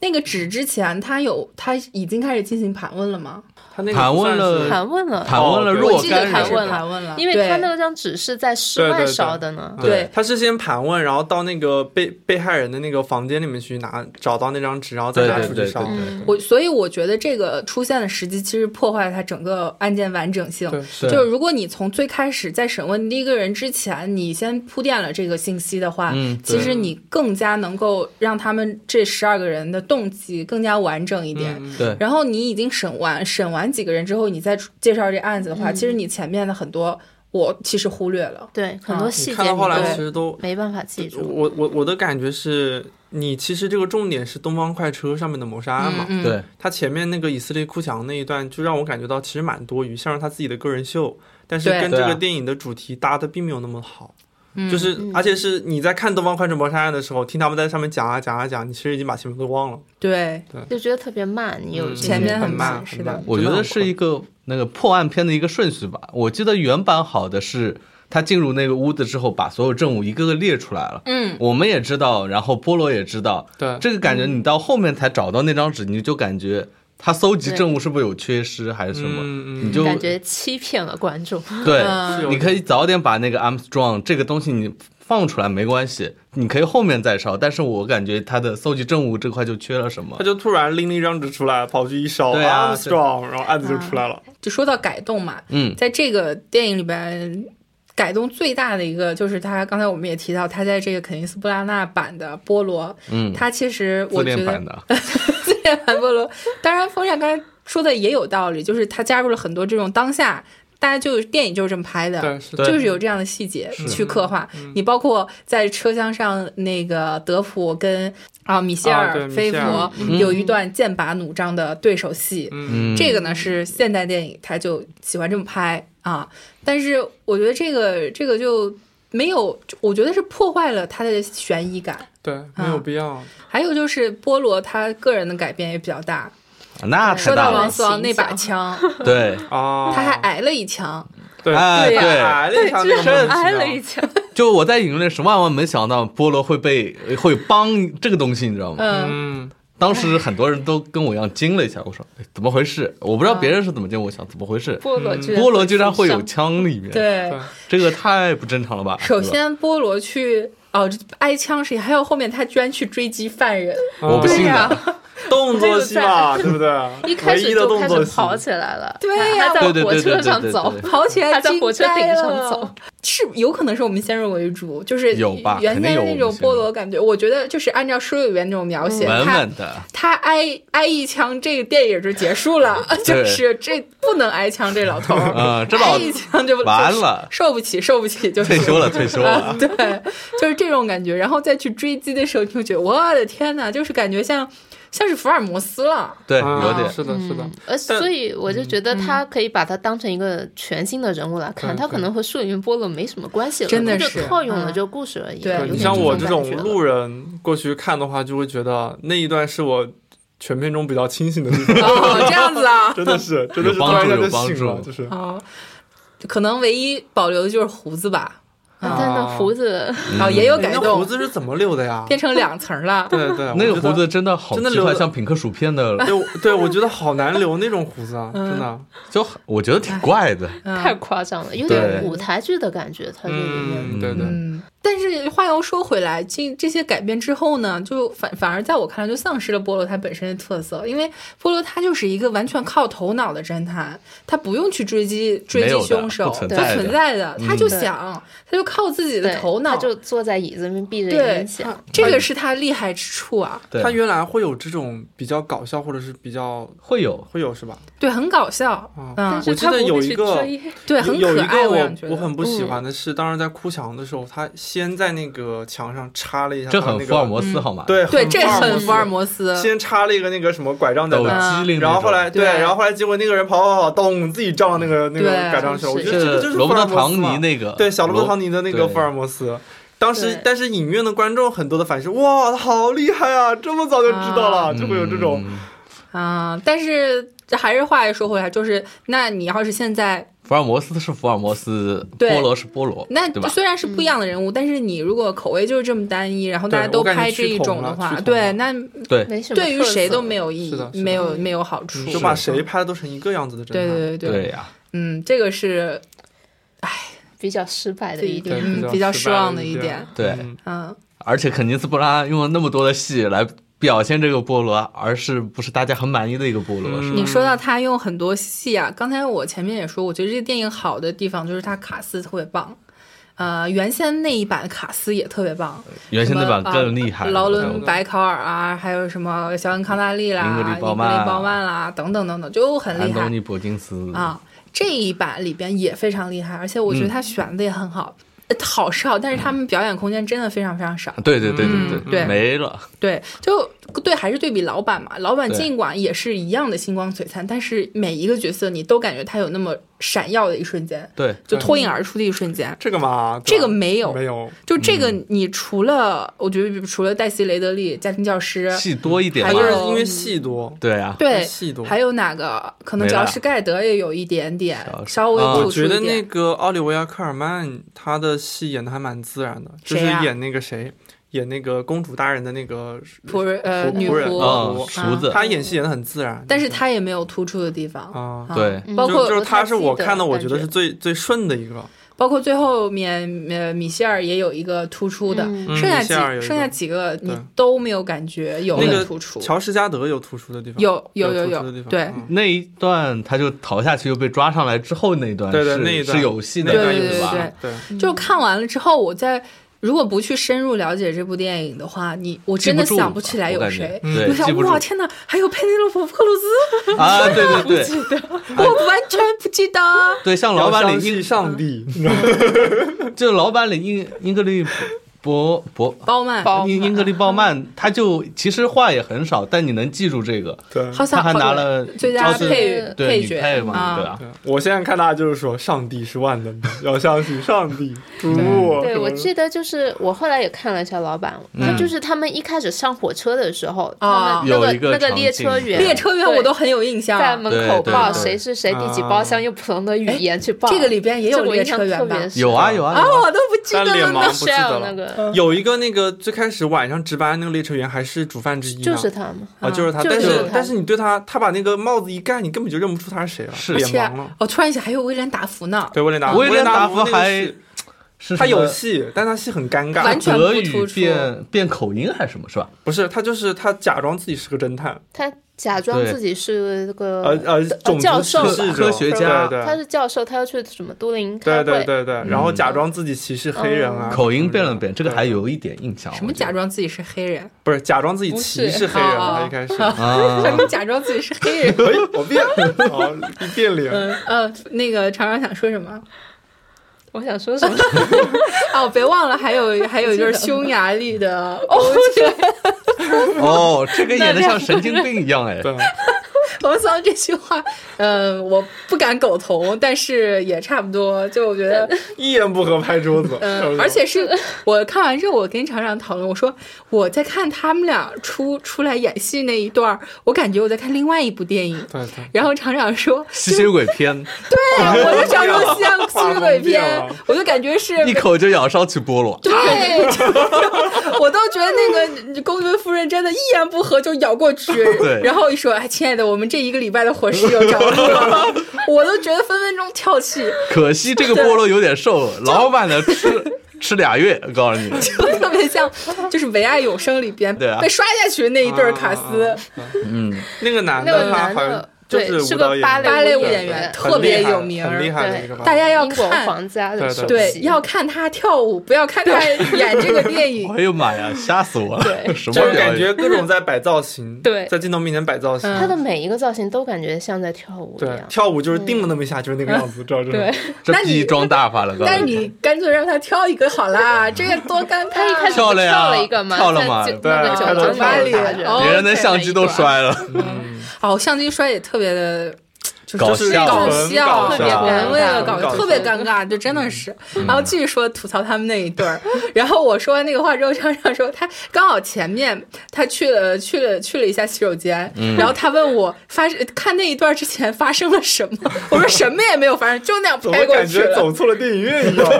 Speaker 5: 那个纸之前他有他已经开始进行盘问了吗？
Speaker 6: 他那个
Speaker 2: 盘
Speaker 6: 不
Speaker 2: 问
Speaker 6: 算
Speaker 2: 了
Speaker 6: 是
Speaker 7: 盘问了，
Speaker 2: 盘问了
Speaker 6: 哦对
Speaker 2: 若
Speaker 7: 我记得
Speaker 2: 干
Speaker 7: 盘
Speaker 2: 人，
Speaker 7: 问了
Speaker 5: 盘问了，
Speaker 7: 因为
Speaker 5: 对
Speaker 7: 他那张纸是在室
Speaker 6: 对对
Speaker 7: 外
Speaker 6: 对
Speaker 7: 烧的呢。
Speaker 5: 对
Speaker 6: 他是先盘问，然后到那个被被害人的那个房间里面去拿找到那张纸，然后再
Speaker 2: 对
Speaker 6: 拿
Speaker 2: 对
Speaker 6: 出去
Speaker 2: 对对
Speaker 6: 烧。嗯
Speaker 2: 对，
Speaker 5: 我所以我觉得这个出现的时机其实破坏了他整个案件完整性。
Speaker 6: 对
Speaker 2: 对
Speaker 5: 就是如果你从最开始在审问第一个人之前，你先铺垫了这个信息的话，
Speaker 2: 嗯
Speaker 5: 其
Speaker 2: 对
Speaker 5: 实你更加能够让他们这十二个人的动机更加完整一点。
Speaker 6: 嗯
Speaker 2: 对
Speaker 5: 然后你已经审完审完几个人之后，你再介绍这案子的
Speaker 2: 嗯
Speaker 5: 话，其实你前面的很多我其实忽略了。
Speaker 7: 对，很多细节
Speaker 6: 啊看到
Speaker 7: 你
Speaker 6: 后
Speaker 7: 都
Speaker 6: 来其实都，
Speaker 7: 没办法记住。
Speaker 6: 我我我的感觉是，你其实这个重点是东方快车上面的谋杀案嘛，
Speaker 5: 嗯
Speaker 2: 对，
Speaker 6: 他前面那个以色列哭墙那一段，就让我感觉到其实蛮多余，像是他自己的个人秀，但是
Speaker 5: 对
Speaker 6: 跟这
Speaker 2: 对
Speaker 6: 个
Speaker 2: 啊
Speaker 6: 电影的主题搭的并没有那么好。
Speaker 5: 嗯
Speaker 6: 就是，而且是你在看《东方快车谋杀案》的时候，听他们在上面讲啊讲啊讲，你其实已经把前面都忘了。
Speaker 5: 对
Speaker 7: 就觉得特别慢，你有
Speaker 6: 嗯
Speaker 5: 前面
Speaker 6: 很
Speaker 5: 很慢
Speaker 6: 慢，
Speaker 5: 是
Speaker 6: 很
Speaker 5: 的
Speaker 6: 慢
Speaker 2: 我觉
Speaker 6: 真
Speaker 2: 得
Speaker 6: 的很
Speaker 2: 是一个那个破案片的一个顺序吧。我记得原版好的是他进入那个屋子之后，把所有证物一个个列出来了。
Speaker 5: 嗯，
Speaker 2: 我们也知道，然后菠萝也知道，
Speaker 6: 对
Speaker 2: 这个感觉你到后面才找到那张纸，你就感觉他搜集证物是不是有缺失还是什么？
Speaker 6: 嗯嗯
Speaker 2: 你就
Speaker 7: 感觉欺骗了观
Speaker 6: (laughs)
Speaker 7: 众。
Speaker 2: 对，
Speaker 6: 是有
Speaker 2: 你可以早点把那个 Armstrong 这个东西你放出来没关系，你可以后面再烧。但是我感觉他的搜集证物这块就缺了什么
Speaker 6: 他。就突然拎了一张纸出来，跑去一烧
Speaker 2: 对啊
Speaker 6: s t r o n g 然后案子就出来了。
Speaker 5: 就说到改动嘛，
Speaker 2: 嗯，
Speaker 5: 在这个电影里边，改动最大的一个就是他刚才我们也提到，他在这个肯尼斯布拉纳版的菠萝，
Speaker 2: 嗯
Speaker 5: 他其实
Speaker 2: 自
Speaker 5: 我觉
Speaker 2: 恋
Speaker 5: 得
Speaker 2: 版
Speaker 5: (laughs)
Speaker 2: 的，
Speaker 5: 自恋版 (laughs) 菠萝，当然风扇刚才说的也有道理，就是他加入了很多这种当下。大家就是电影就是这么拍的，
Speaker 6: 对嗯是
Speaker 2: 的
Speaker 5: 啊就是有这样的细节去刻画。你包括在车厢上那个德普跟啊米歇
Speaker 6: 啊对
Speaker 5: 尔
Speaker 6: 米
Speaker 5: 菲
Speaker 6: 歇
Speaker 5: 佛
Speaker 6: 尔
Speaker 5: 有一段剑拔弩张的对手戏，
Speaker 2: 嗯，
Speaker 5: 这个呢是现代电影，他就喜欢这么拍啊。但是我觉得这个这个就没有，我觉得是破坏了他的悬疑感。
Speaker 6: 对，没有必要。
Speaker 5: 还有就是菠萝他个人的改变也比较大，
Speaker 2: 啊那太
Speaker 5: 说
Speaker 2: 大
Speaker 5: 到
Speaker 2: 了哦
Speaker 5: 王，思王那把枪，
Speaker 2: 对，
Speaker 6: 啊，
Speaker 5: 他还挨了一枪，
Speaker 6: 对
Speaker 2: 哎
Speaker 5: 对呀
Speaker 2: 对，
Speaker 6: 挨了一下，这
Speaker 7: 是挨了一枪，
Speaker 2: 就我在影院是万万没想到菠萝会被 (laughs) 会帮这个东西，你知道吗？
Speaker 5: 嗯，
Speaker 6: 嗯，
Speaker 2: 当时很多人都跟我一样惊了一下，我说哎怎么回事？我不知道别人是怎么惊，我想怎么回事？
Speaker 7: 菠萝
Speaker 6: 嗯
Speaker 7: 居然
Speaker 2: 菠萝居然会有
Speaker 7: 受伤
Speaker 2: 枪里面，，
Speaker 5: 对。
Speaker 6: 对
Speaker 2: 这个太不正常了吧？
Speaker 5: 首
Speaker 2: 对吧，
Speaker 5: 先，菠萝去哦这挨枪是，还有后面他居然去追击犯人，
Speaker 2: 我不信
Speaker 5: 对呀
Speaker 2: 的，
Speaker 6: 动作戏嘛，对不对？
Speaker 7: (laughs) 一开
Speaker 6: 唯
Speaker 7: 始
Speaker 6: 一的
Speaker 7: 就
Speaker 6: 动
Speaker 7: 开
Speaker 6: 作
Speaker 7: 始
Speaker 6: 戏，
Speaker 7: 跑起来了，
Speaker 5: 对
Speaker 7: 还
Speaker 5: 呀
Speaker 2: 对
Speaker 7: 还在
Speaker 2: 对
Speaker 7: 火
Speaker 2: 对对
Speaker 7: 车上
Speaker 2: 对对
Speaker 7: 走
Speaker 2: 对，
Speaker 5: 跑起来
Speaker 7: 他在火车顶上
Speaker 5: 惊呆了
Speaker 7: 走，
Speaker 5: 是有可能是我们先入为主，就是
Speaker 2: 有吧
Speaker 5: 原
Speaker 2: 肯定
Speaker 5: 先
Speaker 2: 有
Speaker 5: 那
Speaker 2: 我
Speaker 5: 种
Speaker 2: 们先
Speaker 5: 菠
Speaker 2: 入嗯
Speaker 5: 萝感觉，我觉得就是按照书里边那种描写，
Speaker 2: 稳
Speaker 5: 他
Speaker 2: 稳
Speaker 5: (laughs)
Speaker 2: 的，
Speaker 5: 他挨挨一枪，这个电影就结束了，就是这不能挨枪，这老头
Speaker 2: (laughs)
Speaker 5: 儿。
Speaker 2: 嗯，这
Speaker 5: 挨
Speaker 2: 老
Speaker 5: 一枪就
Speaker 2: 完了
Speaker 5: 就受不起，受不起就
Speaker 2: 退休了，退休了。
Speaker 5: (laughs) 啊，对，就是这种感觉。然后再去追击的时候，你会觉得我的天呐，就是感觉像像是福尔摩斯了。
Speaker 2: 对，
Speaker 6: 啊
Speaker 2: 有点。
Speaker 6: 是的，是的嗯
Speaker 7: 嗯，，而所以我就觉得他可以把他当成一个全新的人物来看，
Speaker 6: 对
Speaker 7: 他可能和树云波萝没什么关系了，
Speaker 5: 真的
Speaker 7: 就是套用了
Speaker 5: 嗯
Speaker 7: 这个故事而已。
Speaker 5: 对
Speaker 7: 有
Speaker 5: 有
Speaker 6: 你
Speaker 7: 点
Speaker 6: 像我这
Speaker 7: 这
Speaker 6: 种
Speaker 7: 感觉了
Speaker 6: 路人过去看的话，就会觉得那一段是我全片中比较清醒的地 (laughs) 方，
Speaker 5: 哦，这样
Speaker 2: (laughs)
Speaker 5: 子啊，
Speaker 6: 真的是，真的是
Speaker 2: 有帮
Speaker 6: 突
Speaker 2: 助
Speaker 6: 然一下就
Speaker 2: 有帮
Speaker 6: 醒了，
Speaker 2: 助
Speaker 6: 就是
Speaker 5: 哦，可能唯一保留的就是胡子吧。
Speaker 7: 但是
Speaker 6: 啊
Speaker 7: 那胡子
Speaker 5: 哦，也有
Speaker 6: 你
Speaker 5: 改
Speaker 6: 嗯那胡
Speaker 5: 动，
Speaker 6: 子是怎么留的呀？
Speaker 5: 变成两层儿了。
Speaker 6: 对对，
Speaker 2: 那个
Speaker 6: 我觉得
Speaker 2: 胡子真的好
Speaker 6: 真的
Speaker 2: 奇
Speaker 6: 留
Speaker 2: 怪，
Speaker 6: 的
Speaker 2: 像品克薯片
Speaker 6: (laughs)
Speaker 2: 的，
Speaker 6: 对我对，我觉得好难留那种胡子啊，真的。
Speaker 2: 就很我觉得挺怪的。
Speaker 5: 嗯
Speaker 7: 太夸张了，有
Speaker 2: 对
Speaker 7: 点舞台剧的感觉，他这里面。
Speaker 6: 嗯，对对，
Speaker 5: 嗯， (laughs) 但是话又说回来，这这些改变之后呢，就反反而在我看来就丧失了菠萝它本身的特色，因为菠萝它就是一个完全靠头脑的侦探，他不用去追击追
Speaker 2: 没有
Speaker 5: 击
Speaker 2: 的
Speaker 5: 凶手，
Speaker 2: 不存
Speaker 5: 就
Speaker 2: 在的
Speaker 5: 存在的，
Speaker 6: 嗯
Speaker 5: 他就想，他就靠自己的
Speaker 7: 对，
Speaker 5: 头脑，
Speaker 7: 他就坐在椅子上闭着
Speaker 5: 对
Speaker 7: 眼想，，
Speaker 5: 这个是他厉害之处啊，
Speaker 2: 对
Speaker 6: 他，原来会有这种比较搞笑，或者是比较
Speaker 2: 会有
Speaker 6: 会有是吧？
Speaker 5: 对，很搞笑，
Speaker 6: 啊
Speaker 5: 嗯
Speaker 7: 但，是
Speaker 6: 我记得
Speaker 7: 他不
Speaker 6: 有
Speaker 7: 会
Speaker 6: 一
Speaker 7: 去
Speaker 6: 个
Speaker 7: 追
Speaker 5: 对，
Speaker 6: 有
Speaker 5: 很
Speaker 6: 有
Speaker 5: 可
Speaker 6: 一
Speaker 5: 爱，
Speaker 6: 个
Speaker 5: 让你觉
Speaker 6: 我
Speaker 5: 得嗯
Speaker 6: 我很不喜欢的是，当时在哭墙的时候，他先在那个墙上插了一下
Speaker 2: 这
Speaker 6: 他
Speaker 2: 很
Speaker 6: 那
Speaker 2: 福尔
Speaker 6: 个，
Speaker 2: 摩斯好吗？，
Speaker 6: 对
Speaker 5: 对，
Speaker 6: 很
Speaker 5: 这
Speaker 6: 福尔摩
Speaker 5: 很
Speaker 6: 斯
Speaker 5: 福尔摩斯，
Speaker 6: 先插了一个那个什么拐杖在
Speaker 2: 抖
Speaker 6: 那。
Speaker 2: 机灵那种。
Speaker 6: 嗯然后后来对，
Speaker 5: 对
Speaker 6: 然后后来结果那个人跑跑跑，咚，自己撞了那个那个
Speaker 5: 对
Speaker 6: 拐杖去了。我觉得
Speaker 7: 是
Speaker 6: 这个
Speaker 2: 是
Speaker 6: 就是
Speaker 2: 罗伯
Speaker 6: 福
Speaker 2: 特
Speaker 6: 尔摩
Speaker 2: 唐
Speaker 6: 斯
Speaker 2: 尼
Speaker 6: 嘛
Speaker 2: 那个，
Speaker 6: 对小罗伯特唐
Speaker 2: 尼
Speaker 6: 尼的那个
Speaker 2: 对
Speaker 6: 福尔摩斯。当时
Speaker 7: 对，
Speaker 6: 但是影院的观众很多的反应是：哇，他好厉害啊！这么早就知道了，就会有这种
Speaker 2: 嗯
Speaker 5: 啊、但是还是话又说回来，就是那你要是现在
Speaker 2: 福尔摩斯是福尔摩斯，
Speaker 5: 对
Speaker 2: 菠萝是菠萝，
Speaker 5: 那
Speaker 2: 对吧？
Speaker 5: 虽然是不一样的人物，但是你如果口味就是这么单一，然后大
Speaker 6: 对
Speaker 5: 家都
Speaker 6: 我感觉
Speaker 5: 拍这一
Speaker 6: 趋同
Speaker 5: 种
Speaker 6: 了
Speaker 5: 的
Speaker 6: 趋
Speaker 5: 话，
Speaker 6: 同
Speaker 5: 对，
Speaker 6: 了
Speaker 5: 那
Speaker 2: 对
Speaker 7: 没什么
Speaker 5: 对于谁都没
Speaker 7: 有。
Speaker 5: 有意
Speaker 6: 是
Speaker 5: 义
Speaker 6: 的，是的
Speaker 5: 没有没有好处。
Speaker 6: 就把谁拍的都成一个样子的侦探。
Speaker 5: 对对对对，
Speaker 2: 对呀，
Speaker 5: 嗯，这个是
Speaker 7: 比较失败的
Speaker 5: 自己
Speaker 7: 一点。
Speaker 6: 对
Speaker 5: 嗯
Speaker 6: 比较
Speaker 5: 比较
Speaker 6: 失
Speaker 5: 失
Speaker 6: 败
Speaker 5: 望
Speaker 6: 的
Speaker 5: 的
Speaker 6: 一
Speaker 5: 一
Speaker 6: 点
Speaker 5: 点。
Speaker 2: 对，
Speaker 6: 嗯
Speaker 5: 嗯，
Speaker 2: 而且肯尼斯布拉用了那么多的戏来表现这个菠萝，而是不是大家很满意的一个菠
Speaker 6: 嗯
Speaker 2: 萝，是吧？
Speaker 5: 你说到他用很多戏啊，刚才我前面也说，我觉得这个电影好的地方就是它卡斯特别棒。呃，原先那一版卡斯也特别棒，
Speaker 2: 原先那版
Speaker 5: 什么
Speaker 2: 更厉害
Speaker 5: 啊
Speaker 2: 了，
Speaker 5: 劳
Speaker 2: 我觉
Speaker 5: 伦
Speaker 2: 得
Speaker 5: ·白考尔啊，还有什么小恩·康纳利啦、
Speaker 2: 英格
Speaker 5: 尼
Speaker 2: 丽
Speaker 5: 格丽
Speaker 2: 鲍
Speaker 5: ·
Speaker 2: 曼啊
Speaker 5: 鲍曼啦，等等等等，就很
Speaker 2: 安
Speaker 5: 厉
Speaker 2: 东
Speaker 5: 害
Speaker 2: 尼·伯金斯，
Speaker 5: 啊。这一版里边也非常厉害，而且我觉
Speaker 2: 嗯
Speaker 5: 得他选的也很好，呃好是好，但是他们表演空间真的非常非常少。
Speaker 2: (laughs) 对对对对
Speaker 5: 嗯对
Speaker 2: 没了，
Speaker 5: 对，就对，还是对比老版嘛。老版
Speaker 2: 对
Speaker 5: 尽管也是一样的星光璀璨，但是每一个角色你都感觉他有那么闪耀的一瞬间，
Speaker 2: 对，
Speaker 5: 就脱颖而出的一瞬间。
Speaker 6: 这个嘛，对
Speaker 5: 这个
Speaker 6: 吧
Speaker 5: 没有
Speaker 6: 没有，
Speaker 5: 就这个，
Speaker 2: 嗯
Speaker 5: 你除了、我觉得除了黛西·雷德利、家庭教师，
Speaker 2: 戏多一点
Speaker 5: 还
Speaker 6: 还
Speaker 2: 嘛
Speaker 6: 就，是
Speaker 5: 有嗯
Speaker 6: 因为戏多，
Speaker 2: 对啊，
Speaker 5: 对，
Speaker 6: 戏多。
Speaker 5: 还有哪个可能
Speaker 2: 没了
Speaker 5: 乔什盖德也有一点点
Speaker 2: 乔，
Speaker 5: 稍微
Speaker 2: 啊
Speaker 5: 突
Speaker 6: 我
Speaker 5: 出
Speaker 6: 觉得
Speaker 5: 一
Speaker 6: 那
Speaker 5: 点。
Speaker 6: 个奥利维亚·科尔曼，她的戏演的还蛮自然的，就是
Speaker 5: 谁啊呀
Speaker 6: 演那个谁，演那个公主大人的那个
Speaker 5: 仆人呃
Speaker 6: 仆
Speaker 5: 女
Speaker 6: 仆人
Speaker 5: 仆，
Speaker 2: 啊，
Speaker 6: 我
Speaker 2: 厨子，
Speaker 6: 她演戏演的很自然，
Speaker 5: 但是她也没有突出的地方。
Speaker 6: 啊，
Speaker 5: 啊
Speaker 2: 对，
Speaker 7: 嗯
Speaker 5: 包
Speaker 6: 就
Speaker 5: 括
Speaker 6: 就是
Speaker 7: 不太
Speaker 6: 她是我
Speaker 7: 记得
Speaker 6: 看的，我
Speaker 7: 感
Speaker 6: 觉得
Speaker 7: 觉
Speaker 6: 是最最顺的一个，
Speaker 5: 包括最后面呃米歇尔也有一个突出的，
Speaker 7: 嗯
Speaker 5: 剩下
Speaker 6: 米歇尔有一
Speaker 5: 几
Speaker 6: 个
Speaker 5: 剩下几个你
Speaker 6: 对
Speaker 5: 都没有感觉有
Speaker 6: 那
Speaker 5: 很
Speaker 6: 个
Speaker 5: 突出，
Speaker 6: 乔什加德有突出的地方，
Speaker 5: 有有
Speaker 6: 有
Speaker 5: 有
Speaker 6: 突出的地方
Speaker 5: 对
Speaker 6: 嗯
Speaker 2: 那一段他就逃下去又被抓上来之后那一段是，
Speaker 6: 对对，那一段
Speaker 2: 是有戏的，
Speaker 6: 那段
Speaker 5: 对对
Speaker 6: 有
Speaker 5: 对
Speaker 6: 戏
Speaker 5: 对
Speaker 6: 对，
Speaker 5: 就看完了之后，我再如果不去深入了解这部电影的话，你我真的
Speaker 2: 记不住
Speaker 5: 想不起来有谁。
Speaker 2: 我感觉
Speaker 5: (laughs)
Speaker 2: 对嗯
Speaker 5: 我想
Speaker 2: 记不住
Speaker 5: 哇天哪，还有佩内洛普·克鲁兹，
Speaker 2: 啊，对对
Speaker 5: (laughs)
Speaker 2: 对
Speaker 5: 我完全不记得。
Speaker 2: 对，像老板
Speaker 6: 相
Speaker 2: 里
Speaker 6: 信
Speaker 2: 英，
Speaker 6: 上帝，
Speaker 2: 就老板里英英格丽博博。
Speaker 5: 包曼，
Speaker 2: 英英格丽鲍曼，他就其实话也很少，但你能记住这个。
Speaker 6: 对。
Speaker 5: 好像
Speaker 2: 他还拿了
Speaker 5: 最佳
Speaker 2: 就是
Speaker 5: 配
Speaker 2: 对女
Speaker 5: 角
Speaker 2: 配嘛，
Speaker 5: 啊
Speaker 2: 对啊，
Speaker 6: 对我现在看大家就是说，上帝是万 (laughs) 能的，要相信上帝，主我。嗯什
Speaker 7: 对，
Speaker 6: 么
Speaker 7: 我
Speaker 6: 的
Speaker 7: 记得就是我后来也看了一下老板，他就是他们一开始上火车的时候，
Speaker 5: 啊
Speaker 7: 他们那个
Speaker 2: 有一个
Speaker 7: 那个
Speaker 2: 场景
Speaker 7: 列车员，
Speaker 5: 列车员
Speaker 7: 对
Speaker 5: 我都很有印象。
Speaker 7: 在门口
Speaker 2: 对对
Speaker 7: 报
Speaker 2: 对
Speaker 7: 谁是谁，第几
Speaker 6: 啊
Speaker 7: 包厢，用不同的语言去报。
Speaker 5: 这个里边也有
Speaker 7: 这个我
Speaker 5: 列
Speaker 7: 印象
Speaker 5: 车员
Speaker 7: 特
Speaker 5: 吧
Speaker 7: 别？深
Speaker 2: 有啊有啊，
Speaker 5: 啊，我都不记得
Speaker 6: 但脸
Speaker 5: 了
Speaker 6: 盲
Speaker 5: 呢。
Speaker 6: 不记得
Speaker 7: Shell 那
Speaker 6: 了。
Speaker 7: 个
Speaker 6: 有一个那个最开始晚上值班那个列车员还是煮饭之一呢，
Speaker 7: 就是他嘛，
Speaker 6: 啊，就是他。
Speaker 7: 就
Speaker 6: 但
Speaker 7: 是
Speaker 6: 是
Speaker 7: 他
Speaker 6: 但是你对他，他把那个帽子一盖，你根本就认不出他是谁了，
Speaker 2: 是
Speaker 5: 而
Speaker 6: 脸
Speaker 5: 且
Speaker 6: 盲了。
Speaker 5: 我哦突然想，还有威廉达福呢，
Speaker 6: 啊对，威廉达
Speaker 2: 威廉
Speaker 6: 达
Speaker 2: 达
Speaker 6: 福
Speaker 2: 福
Speaker 6: 那个
Speaker 2: 还
Speaker 6: 是
Speaker 2: 是
Speaker 6: 他
Speaker 2: 什么
Speaker 6: 有戏，但他戏很尴
Speaker 5: 完
Speaker 6: 尬。
Speaker 5: 全
Speaker 2: 德
Speaker 5: 不突
Speaker 2: 语
Speaker 5: 出
Speaker 2: 变变口音还是什么，是吧？
Speaker 6: 不是他就是他假装自己是个侦探，
Speaker 7: 他假装自己是个
Speaker 6: 呃呃，种
Speaker 7: 嗯教
Speaker 6: 族歧
Speaker 7: 授吧
Speaker 6: 视者
Speaker 2: 科学家
Speaker 6: 对
Speaker 7: 他
Speaker 6: 对
Speaker 7: 是教授，他要去什么都灵开
Speaker 6: 对
Speaker 7: 会，
Speaker 6: 对
Speaker 7: 嗯
Speaker 6: 对对，然后假装自己歧视黑人啊，
Speaker 2: 嗯口音变了变，这个
Speaker 6: 对
Speaker 2: 还有一点印象。
Speaker 5: 什么
Speaker 2: 我觉
Speaker 5: 假
Speaker 2: 得
Speaker 5: 装自己是黑人，
Speaker 6: 不是假装自己
Speaker 7: 不
Speaker 6: 歧
Speaker 7: 是
Speaker 6: 视黑人，啊
Speaker 5: 哦
Speaker 6: 他一开
Speaker 7: (laughs)
Speaker 6: 始，嗯
Speaker 5: (laughs) 什
Speaker 2: 啊？
Speaker 5: 么假装自己是
Speaker 6: (laughs)
Speaker 5: 黑人？
Speaker 6: 哎，我变了，哦一变脸，
Speaker 5: 嗯呃，那个常常想说什么？
Speaker 7: 我想说什么？
Speaker 5: 哦，别忘了还有还有就是匈牙利的欧姐，
Speaker 2: 哦，这个演的像神经病一样哎。
Speaker 6: 对。
Speaker 5: 我操这句话，嗯、我不敢苟同，但是也差不多。就我
Speaker 6: (laughs)
Speaker 5: 觉得，
Speaker 6: 一言不合拍桌子，
Speaker 5: 嗯、
Speaker 6: 是不是
Speaker 5: 而且是我看完之后，我跟厂长讨论，我说我在看他们俩出出来演戏那一段儿，我感觉我在看另外一部电影。
Speaker 6: (laughs) 对对，
Speaker 5: 然后厂长说
Speaker 2: 吸血鬼片，：“
Speaker 5: 对，我就想说像吸
Speaker 6: 画
Speaker 5: 血
Speaker 6: 风
Speaker 5: 鬼
Speaker 6: 变
Speaker 5: 片
Speaker 6: 了，
Speaker 5: 我就感觉是
Speaker 2: 一口就咬上去菠萝。
Speaker 5: 对，就是我都觉得那个公爵夫人真的，一言不合就咬过去，
Speaker 2: (laughs) 对
Speaker 5: 然后一说，哎，亲爱的，我们这一个礼拜的伙食又着落
Speaker 2: (laughs)
Speaker 5: 了，我都觉得分分钟跳戏，
Speaker 2: 可惜这个菠萝有点瘦，老板的吃吃俩月，我告诉你。
Speaker 5: 就特别像就是《唯爱永生》里边
Speaker 2: 对啊
Speaker 5: 被刷下去那一对儿卡斯，
Speaker 6: 啊，啊啊
Speaker 5: (laughs)
Speaker 2: 嗯，
Speaker 6: 那个男
Speaker 7: 那个
Speaker 6: 的他
Speaker 7: 男
Speaker 6: 好
Speaker 7: 的
Speaker 6: 像就
Speaker 7: 对是
Speaker 6: 舞
Speaker 7: 个
Speaker 6: 蹈演
Speaker 7: 芭
Speaker 6: 员，
Speaker 5: 芭
Speaker 7: 蕾
Speaker 5: 蕾
Speaker 7: 舞
Speaker 5: 舞
Speaker 7: 演
Speaker 5: 演
Speaker 7: 员
Speaker 5: 员
Speaker 6: 很
Speaker 5: 特别
Speaker 6: 厉害
Speaker 5: 有名
Speaker 6: 很厉
Speaker 5: 儿。
Speaker 6: 害的
Speaker 7: 对
Speaker 6: 一个芭
Speaker 5: 大
Speaker 6: 蕾
Speaker 5: 家要
Speaker 7: 啊英国
Speaker 5: 看，
Speaker 7: 皇家的
Speaker 6: 对对
Speaker 7: 首
Speaker 5: 对，
Speaker 7: 席
Speaker 5: 要看他跳舞，不要看他
Speaker 2: (laughs)
Speaker 5: 演这个电影。
Speaker 2: 哎呦妈呀，吓死我了！
Speaker 7: 对
Speaker 2: 什
Speaker 6: 舞，
Speaker 2: 么
Speaker 6: 就是
Speaker 2: 表演？
Speaker 6: 感觉各种在摆造型，
Speaker 7: 对嗯
Speaker 6: 在镜头面前摆造型，
Speaker 7: 他的每一个造型都感觉像在跳舞一
Speaker 6: 对，
Speaker 7: 样。
Speaker 6: 跳舞就是定了那么一下，就是那个样子，知道这
Speaker 7: 对
Speaker 6: 种。
Speaker 2: 这
Speaker 5: 那你
Speaker 2: 逼装大发了，告
Speaker 5: 但
Speaker 2: 诉
Speaker 5: 是你干脆让他跳一个好啦，这个多尴尬。
Speaker 7: 他一开始
Speaker 2: 跳
Speaker 7: 不
Speaker 2: 了呀
Speaker 7: 跳了一个嘛，
Speaker 2: 跳了嘛
Speaker 7: 在酒
Speaker 6: 对
Speaker 7: 那个
Speaker 6: 开头
Speaker 7: 酒
Speaker 6: 跳
Speaker 7: 吧
Speaker 6: 了
Speaker 7: 里
Speaker 5: 一个
Speaker 7: 打着
Speaker 5: 哦
Speaker 2: 别人的相机都摔了。
Speaker 5: 哦，相机摔也特别的，就是
Speaker 2: 搞
Speaker 5: 就是
Speaker 2: 笑
Speaker 5: 搞
Speaker 6: 很
Speaker 5: 笑，
Speaker 6: 搞
Speaker 5: 特别
Speaker 2: 笑
Speaker 5: 尴为了
Speaker 7: 很
Speaker 5: 搞
Speaker 6: 搞笑嗯
Speaker 5: 特别尴尬，就真的是。然后继续说吐槽他们那
Speaker 6: (laughs)
Speaker 5: 一对儿，然后我说完那个话之后，张张说他刚好前面他去了去了去了一下洗手间，
Speaker 2: 嗯
Speaker 5: 然后他问我发生看那一段之前发生了什么，我说什么也没有发生，就那样
Speaker 6: 怎
Speaker 5: 拍
Speaker 6: 么
Speaker 5: 过
Speaker 6: 感
Speaker 5: 去
Speaker 6: 觉
Speaker 5: 了，
Speaker 6: 走错了电影院一样？
Speaker 5: (laughs)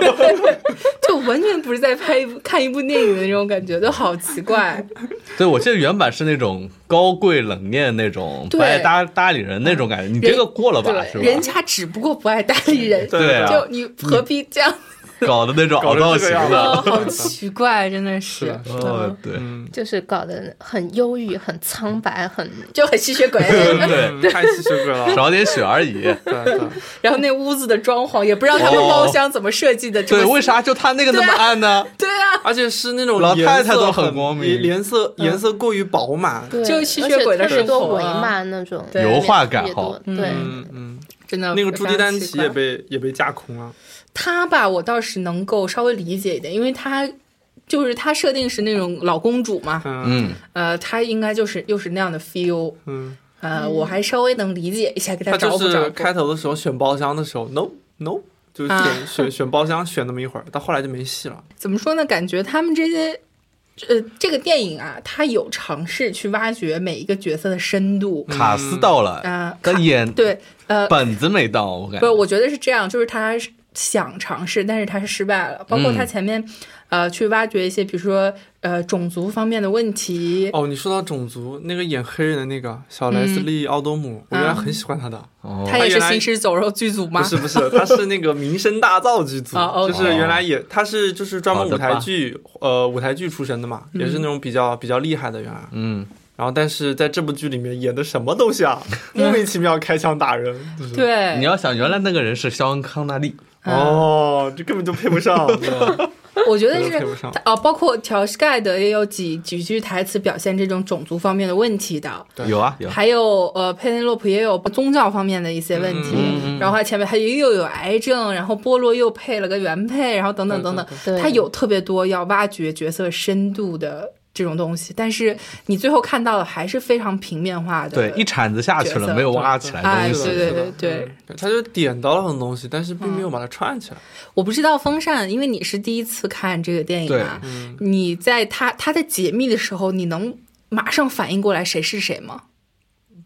Speaker 5: 就完全不是在拍一部看一部电影的那种感觉，就好奇怪。
Speaker 2: (laughs) 对，我记得原版是那种高贵冷艳那种，
Speaker 5: 对
Speaker 2: 不爱搭搭理人那种感觉。你这个过了吧，是
Speaker 5: 对，人
Speaker 2: 吧？
Speaker 5: 家只不过不爱搭理人，
Speaker 2: 对啊
Speaker 5: 就你何必这样？
Speaker 2: (laughs) 搞的那种凹造型
Speaker 6: 搞成这个
Speaker 5: (laughs)
Speaker 2: 的
Speaker 6: 样，
Speaker 5: 哦好奇怪，真的是，啊
Speaker 2: 哦，对，
Speaker 5: 嗯
Speaker 6: 嗯
Speaker 7: 就是搞得很忧郁、很苍白、很
Speaker 5: 就很吸血鬼。 (laughs)
Speaker 2: 对，
Speaker 6: 对，太吸血鬼了。
Speaker 2: 少点血而已。
Speaker 6: 对对，
Speaker 5: 然后那屋子的装潢也不知道他们包厢怎么设计的，这
Speaker 2: 对，
Speaker 5: 么
Speaker 2: 为啥就他那个那么暗呢？
Speaker 5: 对啊，
Speaker 6: 而且是那种
Speaker 2: 老
Speaker 6: 颜
Speaker 2: 太太
Speaker 6: 色
Speaker 2: 都很
Speaker 6: 很
Speaker 2: 光明嗯
Speaker 6: 颜色颜色过于饱满。
Speaker 7: 对，
Speaker 5: 就是吸血鬼的
Speaker 7: 而且特别
Speaker 5: 生活
Speaker 7: 多文嘛那种
Speaker 5: 对
Speaker 2: 油画感好
Speaker 7: 好，对，
Speaker 6: 嗯嗯，
Speaker 5: 真的
Speaker 6: 那个朱迪丹
Speaker 5: 非常奇
Speaker 6: 奇
Speaker 5: 怪
Speaker 6: 也被也被架空了。
Speaker 5: 他吧，我倒是能够稍微理解一点，因为他。就是她设定是那种老公主嘛，
Speaker 6: 嗯
Speaker 2: 嗯，
Speaker 5: 呃，她应该就是又是那样的 feel，
Speaker 6: 嗯，
Speaker 5: 呃，我还稍微能理解一下，给她
Speaker 6: 他
Speaker 5: 找
Speaker 6: 就
Speaker 5: 补找
Speaker 6: 是
Speaker 5: 补
Speaker 6: 开。头的时候选包厢的时候，no no，就选、
Speaker 5: 啊
Speaker 6: 选选包厢选那么一会儿，到后来就没戏了。
Speaker 5: 怎么说呢？感觉他们这些，呃，这个电影啊，它有尝试去挖掘每一个角色的深度，
Speaker 2: 卡斯到了，
Speaker 5: 啊，
Speaker 2: 但演
Speaker 5: 对，呃，
Speaker 2: 本子没到，我感
Speaker 5: 不是，
Speaker 2: 觉。
Speaker 5: 我觉得是这样，就是他是想尝试，但是他是失败了。包括他
Speaker 2: 嗯
Speaker 5: 前面，呃，去挖掘一些，比如说呃种族方面的问题。
Speaker 6: 哦，你说到种族，那个演黑人的那个小莱
Speaker 5: 嗯
Speaker 6: 斯利·奥多姆，我原来很喜欢他的。
Speaker 2: 哦
Speaker 5: 他也是
Speaker 6: 原来
Speaker 5: 行尸走肉剧组吗
Speaker 6: 不？是不是，他是那个民生大噪剧组，
Speaker 5: 哦，OK
Speaker 6: 就是原来也他是就是专门
Speaker 2: 好的
Speaker 6: 舞
Speaker 2: 吧
Speaker 6: 台剧呃舞台剧出身的嘛，也
Speaker 5: 嗯
Speaker 6: 是那种比较比较厉害的原来。
Speaker 2: 嗯，
Speaker 6: 然后但是在这部剧里面演的什么东西啊，莫名其妙开枪打人，就是
Speaker 5: 对，
Speaker 2: 你要想原来那个人是肖恩康纳利，
Speaker 6: 哦，这根本就配不上，对吧
Speaker 5: 我觉得
Speaker 6: 根本
Speaker 5: 是
Speaker 6: 配不上。
Speaker 5: 哦，包括调斯盖德也有几几句台词表现这种种族方面的问题的，
Speaker 6: 对
Speaker 2: 有啊有，
Speaker 5: 还有呃佩内洛普也有宗教方面的一些问题，
Speaker 2: 嗯嗯嗯
Speaker 5: 然后他前面还有又有癌症，然后波洛又配了个原配，然后等等等等，
Speaker 7: 对对对
Speaker 5: 他有特别多要挖掘角色深度的这种东西，但是你最后看到的还是非常平面化的。
Speaker 2: 对，一铲子下去
Speaker 5: 角
Speaker 2: 了，
Speaker 5: 色
Speaker 2: 没有挖起来
Speaker 5: 哎，
Speaker 2: 东
Speaker 5: 对
Speaker 2: 西。
Speaker 5: 对对
Speaker 6: 嗯
Speaker 5: 对，嗯
Speaker 6: 他就点到了很多东西，但是并没有把它串起来。
Speaker 5: 我不知道风扇，因为你是第一次看这个电影啊，
Speaker 6: 嗯
Speaker 5: 你在他他在解密的时候，你能马上反应过来谁是谁吗？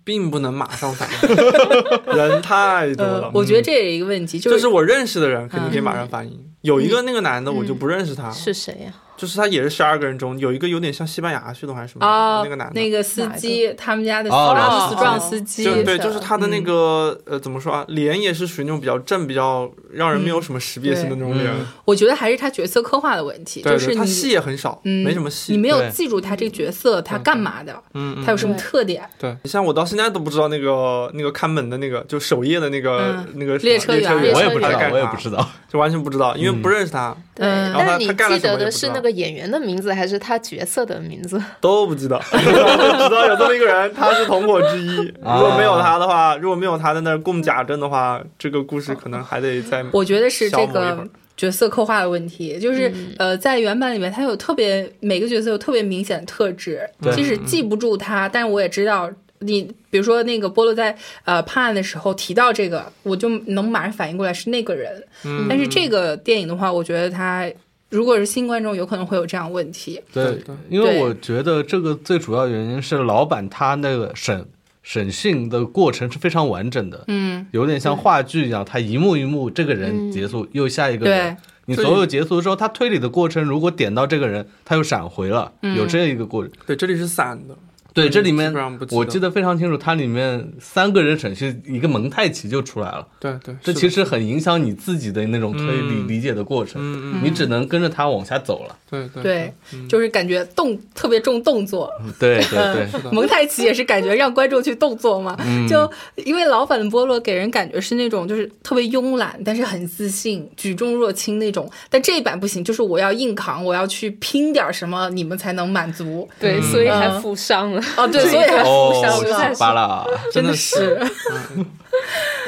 Speaker 6: 并不能马上反应，人太多了嗯
Speaker 5: 呃，。我觉得这也是一个问题，就嗯
Speaker 6: 就是是我认识的人肯定可以马上反应，有一个那个男的我就不认识他，
Speaker 7: 是谁呀？
Speaker 6: 就是他也是十二个人中有一个有点像西班牙血统还是什么的、
Speaker 5: 啊，
Speaker 6: 那个男的，
Speaker 5: 那个司机，他们家的司
Speaker 2: 哦
Speaker 5: 拉
Speaker 2: 老
Speaker 5: 姆
Speaker 2: 司
Speaker 5: 斯
Speaker 2: 机
Speaker 5: 壮司机，
Speaker 6: 就对，
Speaker 7: 是
Speaker 6: 就是他的
Speaker 5: 嗯
Speaker 6: 那个、呃怎么说啊，脸也是属于那种比较正、比较让人没有什么识别性的那种脸，
Speaker 5: 我觉得还是他角色刻画的问题，
Speaker 6: 对，
Speaker 5: 就是
Speaker 6: 对他戏
Speaker 5: 你
Speaker 6: 也很少，
Speaker 5: 嗯
Speaker 6: 没什么
Speaker 5: 你
Speaker 6: 戏。
Speaker 5: 没有
Speaker 2: 对
Speaker 5: 记住他这个角色他干嘛的，
Speaker 6: 嗯嗯
Speaker 5: 他有什么
Speaker 7: 对
Speaker 5: 特点，
Speaker 6: 对，你像我到现在都不知道那个那个看门的那个，就守夜的那个、
Speaker 5: 嗯
Speaker 6: 那个什么
Speaker 5: 列车员
Speaker 6: 员，
Speaker 2: 我也不知
Speaker 6: 他
Speaker 2: 道
Speaker 6: 干，嘛
Speaker 2: 我也不知，道。
Speaker 6: 就完全不知道，因为不认识他，
Speaker 7: 对，
Speaker 5: 嗯
Speaker 6: 然后他
Speaker 7: 但你
Speaker 6: 他干了
Speaker 7: 记
Speaker 6: 什么
Speaker 7: 得
Speaker 6: 也
Speaker 7: 的
Speaker 6: 不知
Speaker 7: 是
Speaker 6: 道
Speaker 7: 那个演员的名字，还是他角色的名字？
Speaker 6: 都不知道，我只知道有这么一个人，他是同伙之一。
Speaker 2: 啊
Speaker 6: 如果没有他的话，如果没有他在那儿供假证的话，这个故事可能还得再
Speaker 5: 我觉得是这
Speaker 6: 消磨一会
Speaker 5: 个
Speaker 6: 儿
Speaker 5: 角色刻画的问题，就是、呃，在原版里面，他有特别每个角色有特别明显的特质，
Speaker 2: 对
Speaker 5: 即使记不住他，但是我也知道你，比如说那个波洛在呃判案的时候提到这个，我就能马上反应过来是那个人。
Speaker 6: 嗯
Speaker 5: 但是这个电影的话，我觉得他如果是新观众，有可能会有这样的问题。
Speaker 2: 对
Speaker 6: 对对，
Speaker 2: 因为
Speaker 5: 对
Speaker 2: 我觉得这个最主要原因是老板他那个审审讯的过程是非常完整的，
Speaker 5: 嗯，
Speaker 2: 有点像话剧一样，他一幕一幕这个人结束，又下一个人
Speaker 5: 对。
Speaker 2: 你所有结束之后，他推理的过程如果点到这个人，他又闪回了，
Speaker 5: 嗯
Speaker 2: 有这一个过程。
Speaker 6: 对，这里是散的，
Speaker 2: 对，这里
Speaker 6: 基
Speaker 2: 面
Speaker 6: 本上不记得
Speaker 2: 我记得非常清楚，它里面三个人审讯，一个蒙太奇就出来了。
Speaker 6: 对对，
Speaker 2: 这
Speaker 6: 是的
Speaker 2: 其实很影响你自己的那种推理
Speaker 6: 嗯
Speaker 2: 理解的过程，
Speaker 6: 嗯嗯，
Speaker 2: 你只能跟着他往下走了。
Speaker 6: 对对
Speaker 5: 对，就是感觉动特别重动作，
Speaker 6: 嗯
Speaker 2: 对对
Speaker 5: (laughs)
Speaker 2: 嗯对，
Speaker 5: 蒙太奇也是感觉让观众去动作嘛，就因为老反波洛给人感觉是那种就是特别慵懒，但是很自信、举重若轻那种。但这一版不行，就是我要硬扛，我要去拼点儿什么，你们才能满足。
Speaker 6: 嗯
Speaker 7: (laughs) 对，所以
Speaker 5: 还
Speaker 7: 负伤了。了，
Speaker 5: 哦，对，所以
Speaker 6: (laughs)
Speaker 5: 他
Speaker 2: 哦
Speaker 5: 负伤，了，
Speaker 2: 巴拉，啊哦真的
Speaker 5: 是。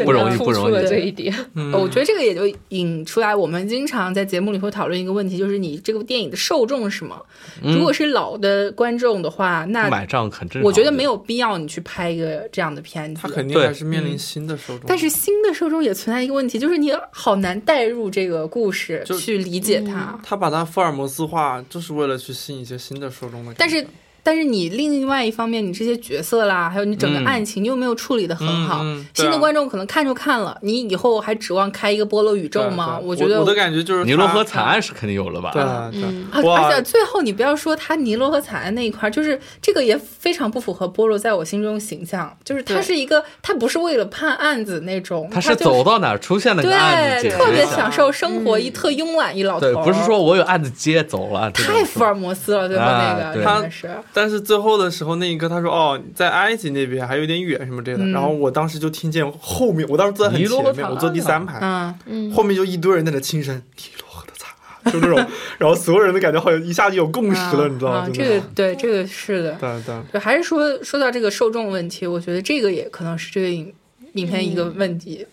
Speaker 2: 不容易，不
Speaker 7: 突
Speaker 2: 容
Speaker 7: 出了这
Speaker 2: 易。
Speaker 7: 一点。
Speaker 5: 呃我觉得这个也就引出来，我们经常在节目里会讨论一个问题，就是你这部电影的受众是什么？如果是老的观众的话，那
Speaker 2: 买账很正常，
Speaker 5: 我觉得没有必要你去拍一个这样的片子
Speaker 6: 他。肯定
Speaker 2: 对
Speaker 6: 还是面临新的受众。
Speaker 5: 嗯但是新的受众也存在一个问题，就是你好难带入这个故事
Speaker 6: 就嗯
Speaker 5: 去理解它。
Speaker 6: 他把他福尔摩斯化，就是为了去吸引一些新的受众的感觉。
Speaker 5: 但是，但是你另外一方面，你这些角色啦，还有你整个
Speaker 2: 嗯
Speaker 5: 案情，你又没有处理的很好。
Speaker 6: 嗯嗯对啊
Speaker 5: 新的观众可能看就看了，你以后还指望开一个波罗宇宙
Speaker 6: 对
Speaker 5: 吗？
Speaker 6: 对
Speaker 5: 觉
Speaker 6: 我
Speaker 5: 得
Speaker 6: 的感觉就是
Speaker 2: 尼罗
Speaker 6: 他
Speaker 5: (laughs)
Speaker 2: 河惨案是肯定有了吧？
Speaker 6: 对对，
Speaker 5: 啊
Speaker 6: 哇
Speaker 5: 而且最后你不要说他尼罗河惨案那一块儿，就是这个也非常不符合波罗在我心中形象，就是他
Speaker 7: 对
Speaker 5: 是一个他不是为了判案子那种，
Speaker 2: 他
Speaker 5: 他
Speaker 2: 是
Speaker 5: 就
Speaker 2: 走到哪儿出现了个案子，
Speaker 5: 对
Speaker 2: 解
Speaker 5: 特
Speaker 2: 决
Speaker 5: 别
Speaker 2: 一下。
Speaker 5: 享受生活，一特
Speaker 6: 嗯
Speaker 5: 慵懒一老头
Speaker 2: 对
Speaker 5: 儿，，
Speaker 2: 不是说我有案子接走了，这种
Speaker 5: 太福尔摩斯了，最后那
Speaker 2: 啊
Speaker 5: 个
Speaker 2: 对
Speaker 5: 真的是，
Speaker 6: 但是最后的时候，那一刻他说：“哦，在埃及那边还有点远什么之类的。
Speaker 5: 嗯
Speaker 6: 然后我当时就听见后面，我当时坐在很
Speaker 2: 尼罗河惨
Speaker 6: 前面，
Speaker 2: 案
Speaker 6: 我坐第三排， (laughs)
Speaker 5: 嗯，
Speaker 7: 嗯，
Speaker 6: 后面就一堆人在那轻声“尼罗河的惨啊案”，就
Speaker 5: (laughs)
Speaker 6: 这种，然后所有人都感觉好像一下就有共识了，
Speaker 5: 啊
Speaker 6: 你知道
Speaker 5: 啊
Speaker 6: 吗？
Speaker 5: 这
Speaker 6: 真
Speaker 5: 个
Speaker 6: 的，
Speaker 5: 对，这个是的，
Speaker 6: 对对，
Speaker 5: 对，还是说说到这个受众问题，我觉得这个也可能是这个影影片一个
Speaker 6: 嗯
Speaker 5: 问题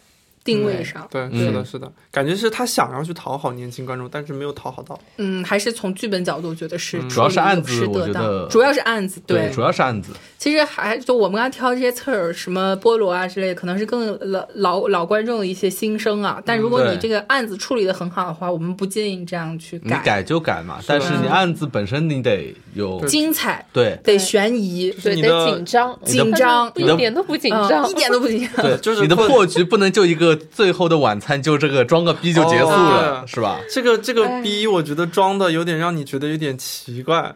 Speaker 5: 定位上，
Speaker 6: 对，
Speaker 2: 嗯
Speaker 6: 是的，是的，感觉是他想要去讨好年轻观众，但是没有讨好到。
Speaker 5: 嗯，还是从剧本角度觉得是
Speaker 2: 嗯主要是案子
Speaker 5: 处理有失
Speaker 2: 我觉
Speaker 5: 得当
Speaker 2: 得
Speaker 5: 主要是案子，
Speaker 2: 对，主要是案子。
Speaker 5: 其实还就我们刚才挑这些刺儿，什么菠萝啊之类的，可能是更老老老观众的一些心声啊。但如果
Speaker 2: 嗯对
Speaker 5: 你这个案子处理的很好的话，我们不建议你这样去
Speaker 2: 你改就改嘛，但是你案子本身你得有
Speaker 5: 精彩
Speaker 6: (laughs)
Speaker 2: 对
Speaker 5: 得悬疑，
Speaker 7: 对，
Speaker 6: 你
Speaker 7: 得
Speaker 6: 的
Speaker 7: 紧张，
Speaker 5: 紧张
Speaker 7: 一点都不紧张
Speaker 5: 嗯，一点都不紧张。
Speaker 2: 对，
Speaker 6: 就是
Speaker 2: 你的
Speaker 6: 困
Speaker 2: 破局不能就一个最后的晚餐就这个装个逼就结束了，
Speaker 6: 哦
Speaker 2: 是吧？
Speaker 6: 这个这
Speaker 5: 哎
Speaker 6: 个逼，我觉得装的有点让你觉得有点奇怪，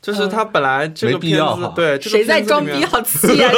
Speaker 6: 就是他本来这
Speaker 2: 没
Speaker 6: 个
Speaker 2: 必
Speaker 6: 片
Speaker 2: 要
Speaker 6: 子
Speaker 2: 哈，
Speaker 6: 对，这个
Speaker 5: 嗯谁在
Speaker 6: 片子
Speaker 5: 装
Speaker 6: 里面 (laughs)
Speaker 5: 逼？好气啊！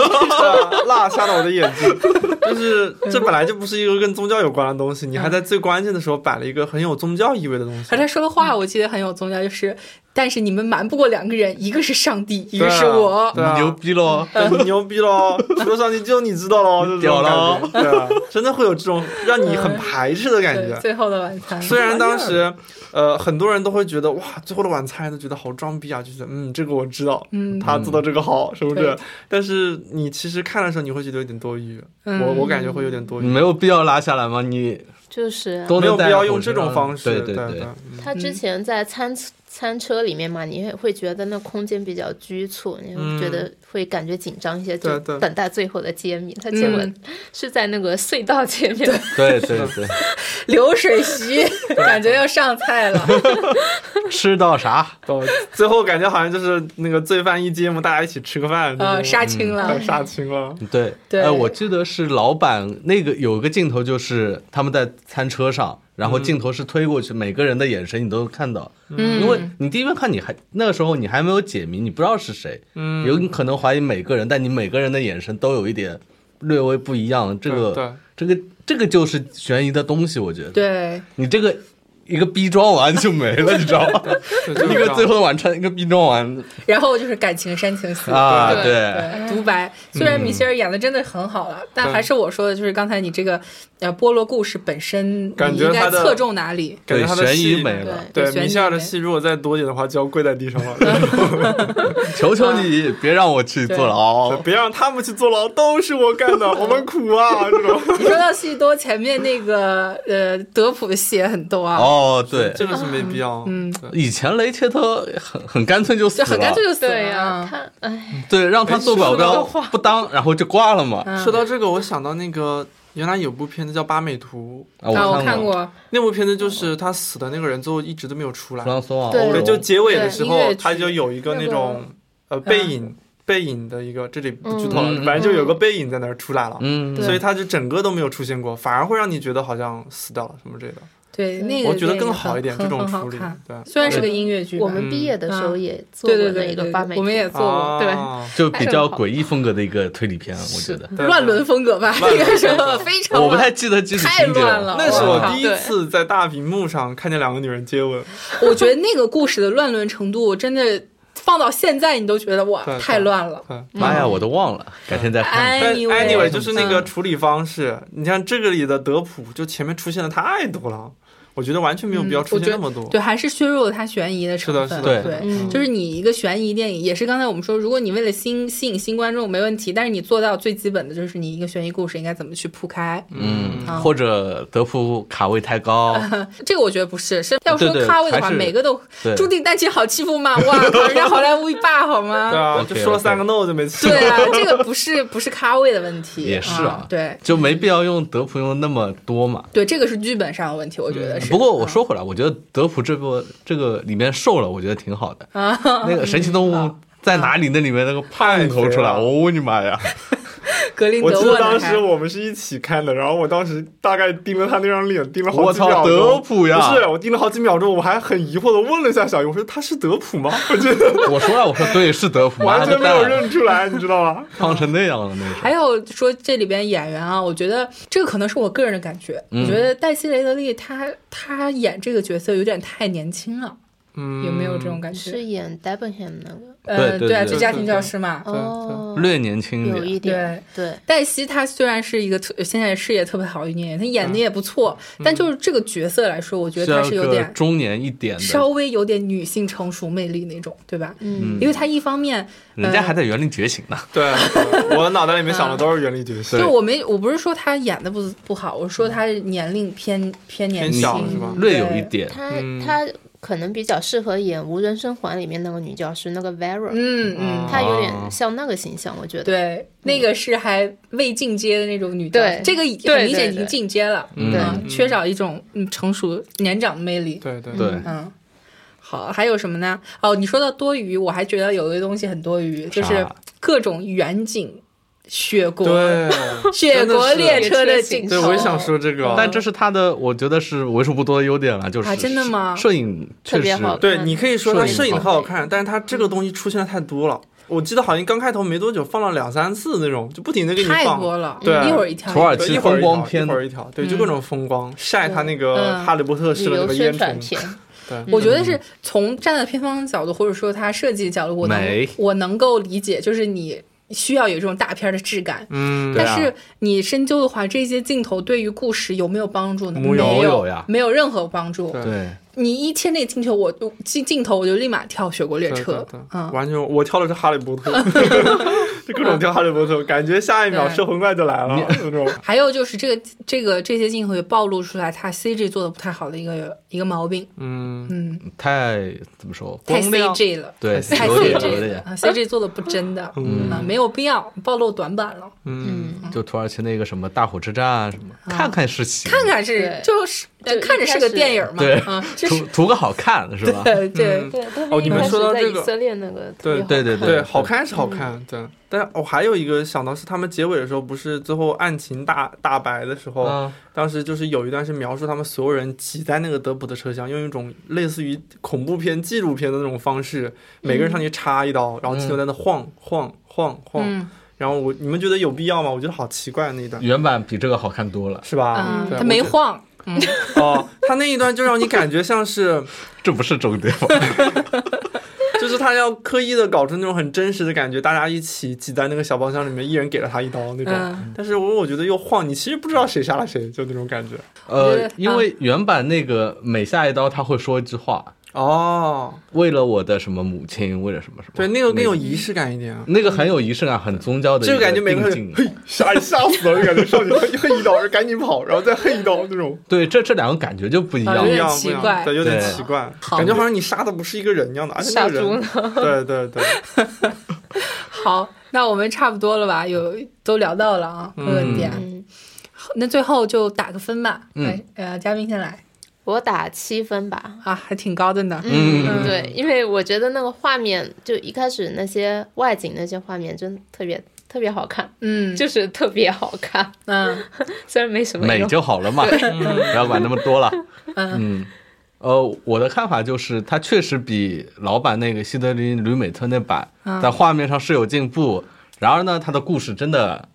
Speaker 6: 辣瞎了我的眼睛。就是
Speaker 5: 嗯
Speaker 6: 这本来就不是一个跟宗教有关的东西，你还在最关键的时候摆了一个很有宗教意味的东西
Speaker 5: 而。他说的话，我记嗯得很有宗教，就是但是你们瞒不过两个人，一个是上帝，一
Speaker 6: 对
Speaker 5: 个
Speaker 6: 啊
Speaker 5: 是我。
Speaker 6: 对啊
Speaker 2: 你牛逼喽！
Speaker 6: 对你牛逼喽！除了上帝，只有你知道
Speaker 2: (laughs)
Speaker 6: 喽，就这种感觉，对啊，真的会有这种让你很排斥的感
Speaker 5: 嗯对，
Speaker 6: 觉。
Speaker 5: 最后的晚餐。
Speaker 6: 虽然当时，呃，很多人都会觉得哇，最后的晚餐都觉得好装逼啊，就是嗯，这个我知道，
Speaker 5: 嗯
Speaker 6: 他做到这个好，是不是
Speaker 5: 对？
Speaker 6: 但是你其实看的时候，你会觉得有点多余，
Speaker 5: 嗯
Speaker 6: 我我感觉会有点多
Speaker 2: 你
Speaker 6: 余，
Speaker 2: 没有必要拉下来吗？你
Speaker 7: (laughs) 就是啊
Speaker 2: 都
Speaker 6: 嗯没有
Speaker 2: 能
Speaker 6: 必
Speaker 2: 带
Speaker 6: 要
Speaker 2: 到
Speaker 6: 用
Speaker 2: 火
Speaker 6: 这
Speaker 2: 车
Speaker 6: 种
Speaker 2: 上
Speaker 6: 方式，
Speaker 2: 对
Speaker 6: 对
Speaker 2: 对，
Speaker 7: 他之前在餐餐车里面嘛，你也会觉得那空间比较局促，你会觉得会感觉紧张一些，
Speaker 6: 对
Speaker 7: 就
Speaker 6: 对
Speaker 7: 等待最后的揭秘。他结果
Speaker 5: 嗯
Speaker 7: (laughs) 是在那个隧道前面，
Speaker 2: 对对对，
Speaker 6: (laughs)
Speaker 5: 流水席，感觉要上菜了。
Speaker 6: (laughs)
Speaker 2: 吃到啥？
Speaker 6: 哦，最后感觉好像就是那个罪犯一揭幕，大家一起吃个饭，
Speaker 5: 呃，
Speaker 6: 杀
Speaker 5: 杀青了。
Speaker 6: 杀青
Speaker 2: (laughs)
Speaker 6: 了，
Speaker 2: 对，
Speaker 5: 对
Speaker 2: 哎，我记得是老板那个有一个镜头，就是他们在餐车上，然
Speaker 6: 嗯
Speaker 2: 后镜头是推过去，每个人的眼神你都看到，
Speaker 5: 嗯
Speaker 2: 因为你第一遍看你还那个时候你还没有解谜，你不知道是谁，嗯，有可能怀疑每个人，但你每个人的眼神都有一点略微不一样，这
Speaker 6: 对
Speaker 2: 个这个这个就是悬疑的东西，我觉得，
Speaker 5: 对，
Speaker 2: 你这个一个逼装完就没了，你知道吗？(laughs)
Speaker 6: (laughs) 对就
Speaker 2: 一
Speaker 6: 是这
Speaker 2: 个
Speaker 6: 样
Speaker 2: 最后的晚餐，一个逼装完
Speaker 5: 然后就是感情煽情戏
Speaker 2: 啊，
Speaker 5: 对对，独白。虽然米歇尔演的真的很好了，但
Speaker 6: 嗯
Speaker 5: 还是我说的，就是刚才你这个呃菠萝故事本身，
Speaker 6: 感
Speaker 5: 你
Speaker 6: 觉
Speaker 5: 应该
Speaker 6: 它的
Speaker 5: 侧重哪里？
Speaker 6: 感觉他的
Speaker 2: 对悬疑
Speaker 6: 戏
Speaker 2: 美
Speaker 5: (laughs)
Speaker 7: 对
Speaker 2: 了，
Speaker 6: 对
Speaker 5: 悬疑
Speaker 6: 米歇尔的
Speaker 5: 美
Speaker 6: 戏如果再多点的话，就要跪在地上了，
Speaker 5: (laughs)
Speaker 2: 求求你别让我去坐牢。
Speaker 6: 别让他们去坐牢，都是我干的，我们苦啊，这种。
Speaker 5: 你说到戏多，前面那个呃德普的戏也很多啊，
Speaker 2: 哦，对，
Speaker 6: 这个是没必要，嗯，对
Speaker 2: 以前雷切特很很干脆就死
Speaker 5: 就
Speaker 2: 了，
Speaker 5: 很干脆就死哎了。
Speaker 7: (laughs)
Speaker 5: 啊
Speaker 7: 对呀，他哎，
Speaker 2: 对，让他做广告不当，然后就挂了
Speaker 5: 嗯
Speaker 2: 嘛。
Speaker 6: 说
Speaker 5: 啊
Speaker 6: 到这个，我想到那个原来有部片子叫《八美图
Speaker 2: 啊，
Speaker 5: 啊，我
Speaker 2: 看
Speaker 5: 看，过，
Speaker 6: 那部片子
Speaker 5: 哦
Speaker 6: 就是他死的那个人最后一直都没有出来
Speaker 2: 弗，朗索瓦
Speaker 7: 对
Speaker 2: 欧
Speaker 6: 对，
Speaker 2: 龙
Speaker 6: 就结尾的时
Speaker 5: 对音乐
Speaker 6: 候
Speaker 5: 剧嗯
Speaker 6: 他就有一个那种呃背影，背影的一个这里不剧透了，
Speaker 2: 嗯
Speaker 6: 反正就有个背影在那儿出来了，
Speaker 2: 嗯，
Speaker 6: 所以他就整个都没有出现过，反而会让你觉得好像死掉了什么之类的。
Speaker 5: 对那
Speaker 6: 嗯
Speaker 5: 个
Speaker 6: 我觉得
Speaker 5: 电影
Speaker 6: 更好
Speaker 5: 很
Speaker 6: 一点
Speaker 5: 很
Speaker 6: 这种
Speaker 5: 很好
Speaker 6: 处理
Speaker 5: 看，
Speaker 6: 对
Speaker 5: 虽然是个音乐剧吧，
Speaker 7: 我们毕业的时候
Speaker 5: 嗯
Speaker 7: 也做
Speaker 5: 对
Speaker 7: 过
Speaker 5: 对
Speaker 7: 那
Speaker 5: 对
Speaker 7: 一个
Speaker 5: 对
Speaker 7: 八美，
Speaker 5: 我们也做过，对。
Speaker 6: 啊
Speaker 2: 就比较诡异风格的一个推理片，我觉得。
Speaker 6: 对
Speaker 5: 乱伦风格吧，那个时候非常
Speaker 2: 我不太
Speaker 5: 乱。
Speaker 2: 记得具体
Speaker 5: 太
Speaker 2: 情节
Speaker 5: 乱了
Speaker 6: 那是我第一
Speaker 5: 对
Speaker 6: 次在大屏幕上看见两个女人接吻，
Speaker 5: 我觉得那个故事的乱伦程度，真的放到现在你都觉得哇
Speaker 6: 对对
Speaker 5: 太乱了。
Speaker 6: 嗯。
Speaker 2: 妈呀，我都忘了，改天再看。
Speaker 5: 哎
Speaker 6: 但
Speaker 5: Anyway，
Speaker 6: anyway，就是那个
Speaker 5: 嗯
Speaker 6: 处理方式，你像这个里的德普，就前面出现的太多了，我觉得完全没有必要
Speaker 5: 嗯
Speaker 6: 出
Speaker 5: 我
Speaker 6: 现那
Speaker 5: 觉得
Speaker 6: 么多。
Speaker 5: 对，还是削弱了它悬疑的成分。
Speaker 6: 是的
Speaker 2: 是的
Speaker 5: 对，
Speaker 7: 嗯
Speaker 5: 就是你一个悬疑电影，也是刚才我们说，如果你为了新吸引新观众没问题，但是你做到最基本的就是你一个悬疑故事应该怎么去铺开。
Speaker 2: 嗯
Speaker 5: 啊，
Speaker 2: 或者德扑卡位太
Speaker 5: (laughs)
Speaker 2: 高，
Speaker 5: 这个我觉得不是，是要说
Speaker 2: 对对
Speaker 5: 咖位的话，
Speaker 2: 还是
Speaker 5: 每个都
Speaker 2: 对
Speaker 5: 朱棣丹奇好欺负吗？
Speaker 2: (laughs)
Speaker 5: 哇靠，人家好莱坞一霸好
Speaker 6: 对
Speaker 5: 吗？
Speaker 6: 啊，
Speaker 2: OK，
Speaker 6: 就说了
Speaker 2: OK
Speaker 6: 三个 no 就没去。
Speaker 5: 对啊，这个不是不是咖位的问题，
Speaker 2: 也是
Speaker 5: 啊
Speaker 2: 啊，
Speaker 5: 对
Speaker 2: 就没必要用德扑用那么多嘛。
Speaker 5: 对，这个是剧本上的问题，我觉得是。
Speaker 2: 嗯不过我说回来，我觉得德普这部这个里面瘦了，我觉得挺好的。
Speaker 5: 啊
Speaker 2: 那个神奇动物在哪里？那里面那个胖头出来，
Speaker 6: 太肥了
Speaker 2: 我你妈呀！
Speaker 5: 格
Speaker 6: (laughs)
Speaker 5: 林
Speaker 6: 我
Speaker 5: 德
Speaker 6: 记
Speaker 5: 沃
Speaker 6: 得
Speaker 5: 呢
Speaker 6: 当
Speaker 5: 还
Speaker 6: 时我们是一起看的，然后我当时大概盯了他那张脸，盯了好
Speaker 2: 我
Speaker 6: 几秒
Speaker 2: 操，
Speaker 6: 钟。
Speaker 2: 德普呀！
Speaker 6: 不是，我盯了好几秒钟，我还很疑惑的问了一下小鱼，我说他是德
Speaker 2: (laughs)
Speaker 6: 普吗？我真的
Speaker 2: 我说了，我说对，是德普，
Speaker 6: 完
Speaker 2: 妈
Speaker 6: 全
Speaker 2: 的
Speaker 6: 没有
Speaker 2: 蛋啊
Speaker 6: 认出来，你知道吗？
Speaker 2: 胖成那样了那
Speaker 5: 还
Speaker 2: 种。
Speaker 5: 有说这里边演员啊，我觉得这个可能是我个人的感觉，我
Speaker 2: 嗯
Speaker 5: 觉得黛西雷德利她她演这个角色有点太年轻了，
Speaker 6: 嗯
Speaker 5: 有没有这种感觉？
Speaker 7: 是演 Debenham 那个
Speaker 5: 呃，
Speaker 2: 对对
Speaker 5: 啊，
Speaker 2: 对
Speaker 5: 最佳庭教师嘛。
Speaker 6: 对
Speaker 7: 哦，
Speaker 2: 略年轻一
Speaker 7: 有
Speaker 2: 点，
Speaker 7: 一点对，
Speaker 5: 黛西她虽然是一个特现在事业特别好的女演员，她演的也不错，但就是这个角色来说，我觉得她是
Speaker 2: 需要
Speaker 5: 有
Speaker 2: 个
Speaker 5: 点
Speaker 2: 中年一点
Speaker 5: 稍
Speaker 2: 的，
Speaker 5: 微有点女性成熟魅力那种，对吧？
Speaker 7: 嗯，
Speaker 5: 因为她一方面
Speaker 2: 人家
Speaker 5: 呃
Speaker 2: 还在园林觉醒呢。
Speaker 6: 对，我脑袋里面想的都是原力觉醒
Speaker 5: 嗯就，我没我不是说她演的不不好，我说她年龄偏偏年
Speaker 6: 偏
Speaker 5: 轻
Speaker 6: 小是吧？
Speaker 2: 略有一点，
Speaker 7: 他
Speaker 6: 嗯
Speaker 7: 他可能比较适合演《无人生还》里面那个女教师那个 Vera，
Speaker 5: 嗯嗯，
Speaker 7: 她有
Speaker 2: 哦
Speaker 7: 点像那个形象，我觉得。
Speaker 5: 对，那个是还未进阶的那种女教师
Speaker 7: 对
Speaker 5: 这个已很
Speaker 7: 对
Speaker 5: 明
Speaker 7: 对
Speaker 5: 显已经
Speaker 7: 对
Speaker 5: 进阶了，
Speaker 2: 嗯
Speaker 5: 嗯，缺少一种嗯成熟年长的魅力，
Speaker 6: 对对
Speaker 2: 对，
Speaker 5: 嗯。好，还有什么呢？哦，你说到多余，我还觉得有一个东西很多余，就是
Speaker 2: 啥
Speaker 5: 各种远景、雪国、
Speaker 6: 对，
Speaker 5: 雪国列车的
Speaker 7: 真
Speaker 5: 镜
Speaker 7: 的是
Speaker 6: 对，
Speaker 5: 头。
Speaker 6: 我也想说这个，
Speaker 2: 但这是他的，我觉得是为数不多的优点了，就是
Speaker 5: 啊真的吗
Speaker 2: 摄影确
Speaker 7: 特别
Speaker 2: 实
Speaker 7: 好
Speaker 6: 对你可以说它摄
Speaker 2: 摄
Speaker 6: 影
Speaker 2: 影
Speaker 6: 很好看，但是它这个东西出现的太多了。我记得好像刚开头没多久放了两三次那种，就不停的给你
Speaker 5: 太
Speaker 6: 放，
Speaker 5: 多了，
Speaker 6: 对
Speaker 5: 一会儿一条，
Speaker 2: 土耳
Speaker 6: 对
Speaker 2: 其
Speaker 6: 一会儿
Speaker 2: 风
Speaker 6: 一
Speaker 2: 光
Speaker 6: 条
Speaker 2: 片
Speaker 6: 一会儿一条，对，就各种风光晒他那
Speaker 5: 嗯
Speaker 6: 个哈利波特
Speaker 7: 旅
Speaker 6: 式的那
Speaker 7: 游
Speaker 6: 个
Speaker 7: 宣
Speaker 6: 烟
Speaker 7: 传
Speaker 6: 囱
Speaker 7: 片，，
Speaker 6: 对，
Speaker 5: 我觉得
Speaker 6: 嗯
Speaker 5: 是从站在片方的角度，或者说它设计的角度，我能
Speaker 2: 美
Speaker 5: 我能够理解，就是你需要有这种大片儿的质感。
Speaker 6: 嗯，
Speaker 2: 对
Speaker 5: 但
Speaker 2: 啊
Speaker 5: 是你深究的话，这些镜头对于故事有没有帮助呢？
Speaker 6: 没嗯有
Speaker 5: 有，
Speaker 2: 没有呀
Speaker 5: 没有任何帮助。
Speaker 6: 对
Speaker 2: 对，
Speaker 5: 你一贴那镜头，我镜镜头我就立马跳《雪国列
Speaker 6: 对
Speaker 5: 车
Speaker 6: 对对》。
Speaker 5: 嗯，
Speaker 6: 完全我跳的是哈利波特，就各种跳哈利波特，感觉下一秒
Speaker 5: 对
Speaker 6: 摄魂怪就来了那种。
Speaker 5: 还有就是这个这个这些镜头也暴露出来，它 CG 做的不太好的一个一个毛病。
Speaker 6: 嗯，
Speaker 5: 嗯，
Speaker 2: 太怎么说，
Speaker 5: 太
Speaker 2: 光亮
Speaker 5: CG 了。
Speaker 2: 对，
Speaker 5: 太
Speaker 2: 有点
Speaker 5: CG
Speaker 2: 有
Speaker 5: 了
Speaker 2: 点，
Speaker 5: 啊，CG 做的不真的，嗯，没有必要暴露短板了。
Speaker 7: 嗯，
Speaker 2: 就土耳其那个什么大火车站啊什么，看看是行，
Speaker 5: 嗯看看是
Speaker 7: 对
Speaker 5: 就是
Speaker 7: 就
Speaker 5: 就看着是个
Speaker 7: 一开始
Speaker 5: 电影嘛，
Speaker 2: 对
Speaker 5: 啊，这
Speaker 2: 图
Speaker 5: 是
Speaker 2: 图个好看是吧？
Speaker 5: 对对
Speaker 6: 嗯
Speaker 7: 对，他
Speaker 6: 哦
Speaker 7: 们
Speaker 6: 你
Speaker 7: 一
Speaker 6: 们
Speaker 7: 开始
Speaker 6: 说到
Speaker 7: 在
Speaker 6: 这
Speaker 7: 以
Speaker 6: 个
Speaker 7: 色列那个特
Speaker 6: 对
Speaker 7: 别好
Speaker 2: 对对
Speaker 7: 看
Speaker 2: 对
Speaker 6: 对，好看是好看，对。但是我还有一个想到是他们结尾的时候，不是最后案情大大白的时候，
Speaker 2: 嗯，
Speaker 6: 当时就是有一段是描述他们所有人挤在那个德普的车厢，用一种类似于恐怖片、纪录片的那种方式，每个人上去插一刀，然后镜头在那晃晃晃晃。
Speaker 5: 嗯
Speaker 6: 然后我你们觉得有必要吗？我觉得好奇怪那一段，
Speaker 2: 原版比这个好看多了，
Speaker 6: 是吧？
Speaker 5: 嗯，
Speaker 6: 对
Speaker 5: 他没晃，
Speaker 6: 哦，他那一段就让你感觉像
Speaker 5: (laughs)
Speaker 6: 是，
Speaker 2: 这不是重点吧？
Speaker 6: 就是他要刻意的搞出那种很真实的感觉，大家一起挤在那个小包厢里面，一人给了他一刀那种。
Speaker 5: 嗯
Speaker 6: 但是我我觉得又晃，你其实不知道谁杀了谁，就那种感觉。
Speaker 5: 我觉
Speaker 2: 呃
Speaker 5: 得，
Speaker 2: 因为原版那个每下一刀他会说一句话，
Speaker 6: 哦，
Speaker 2: 为了我的什么母亲，为了什么什么，
Speaker 6: 对，那个更有
Speaker 2: 那
Speaker 6: 仪式感一点啊。
Speaker 2: 那个很有仪式感，很宗教的一
Speaker 6: 这个感觉每
Speaker 2: 定
Speaker 6: 个
Speaker 2: 境。
Speaker 6: 人嘿吓吓死了，感觉上去嘿嘿一刀，然后赶紧跑，然后再嘿一刀那种，
Speaker 2: 对，这这两个感觉就不一
Speaker 5: 啊
Speaker 2: 样
Speaker 5: 有
Speaker 6: 不一
Speaker 5: 点
Speaker 6: 样
Speaker 5: 奇
Speaker 6: 不一样，
Speaker 5: 怪
Speaker 6: 对，有点
Speaker 2: 对
Speaker 6: 奇怪，
Speaker 5: 好
Speaker 6: 感觉好像你杀的不是一个人一样的，而且那个人，对对对，
Speaker 5: 好，那我们差不多了吧？有都聊到了啊，各个点。
Speaker 7: 嗯，
Speaker 5: 好那最后就打个分吧，
Speaker 2: 嗯
Speaker 5: 来，呃，嘉宾先来
Speaker 7: 我打七分吧。
Speaker 5: 啊，还挺高的呢。
Speaker 7: 嗯，对，因为我觉得那个画面，就一开始那些外景那些画面，真的特别特别好看，
Speaker 5: 嗯，
Speaker 7: 就是特别好看。
Speaker 5: 嗯
Speaker 7: 虽然没什么
Speaker 2: 美
Speaker 7: 用，
Speaker 2: 就好了嘛，不要管那么多了。
Speaker 5: 嗯
Speaker 2: 嗯，呃，我的看法就是，它确实比老版那个希德林吕美特那版
Speaker 5: 嗯
Speaker 2: 在画面上是有进步，然而呢，它的故事真的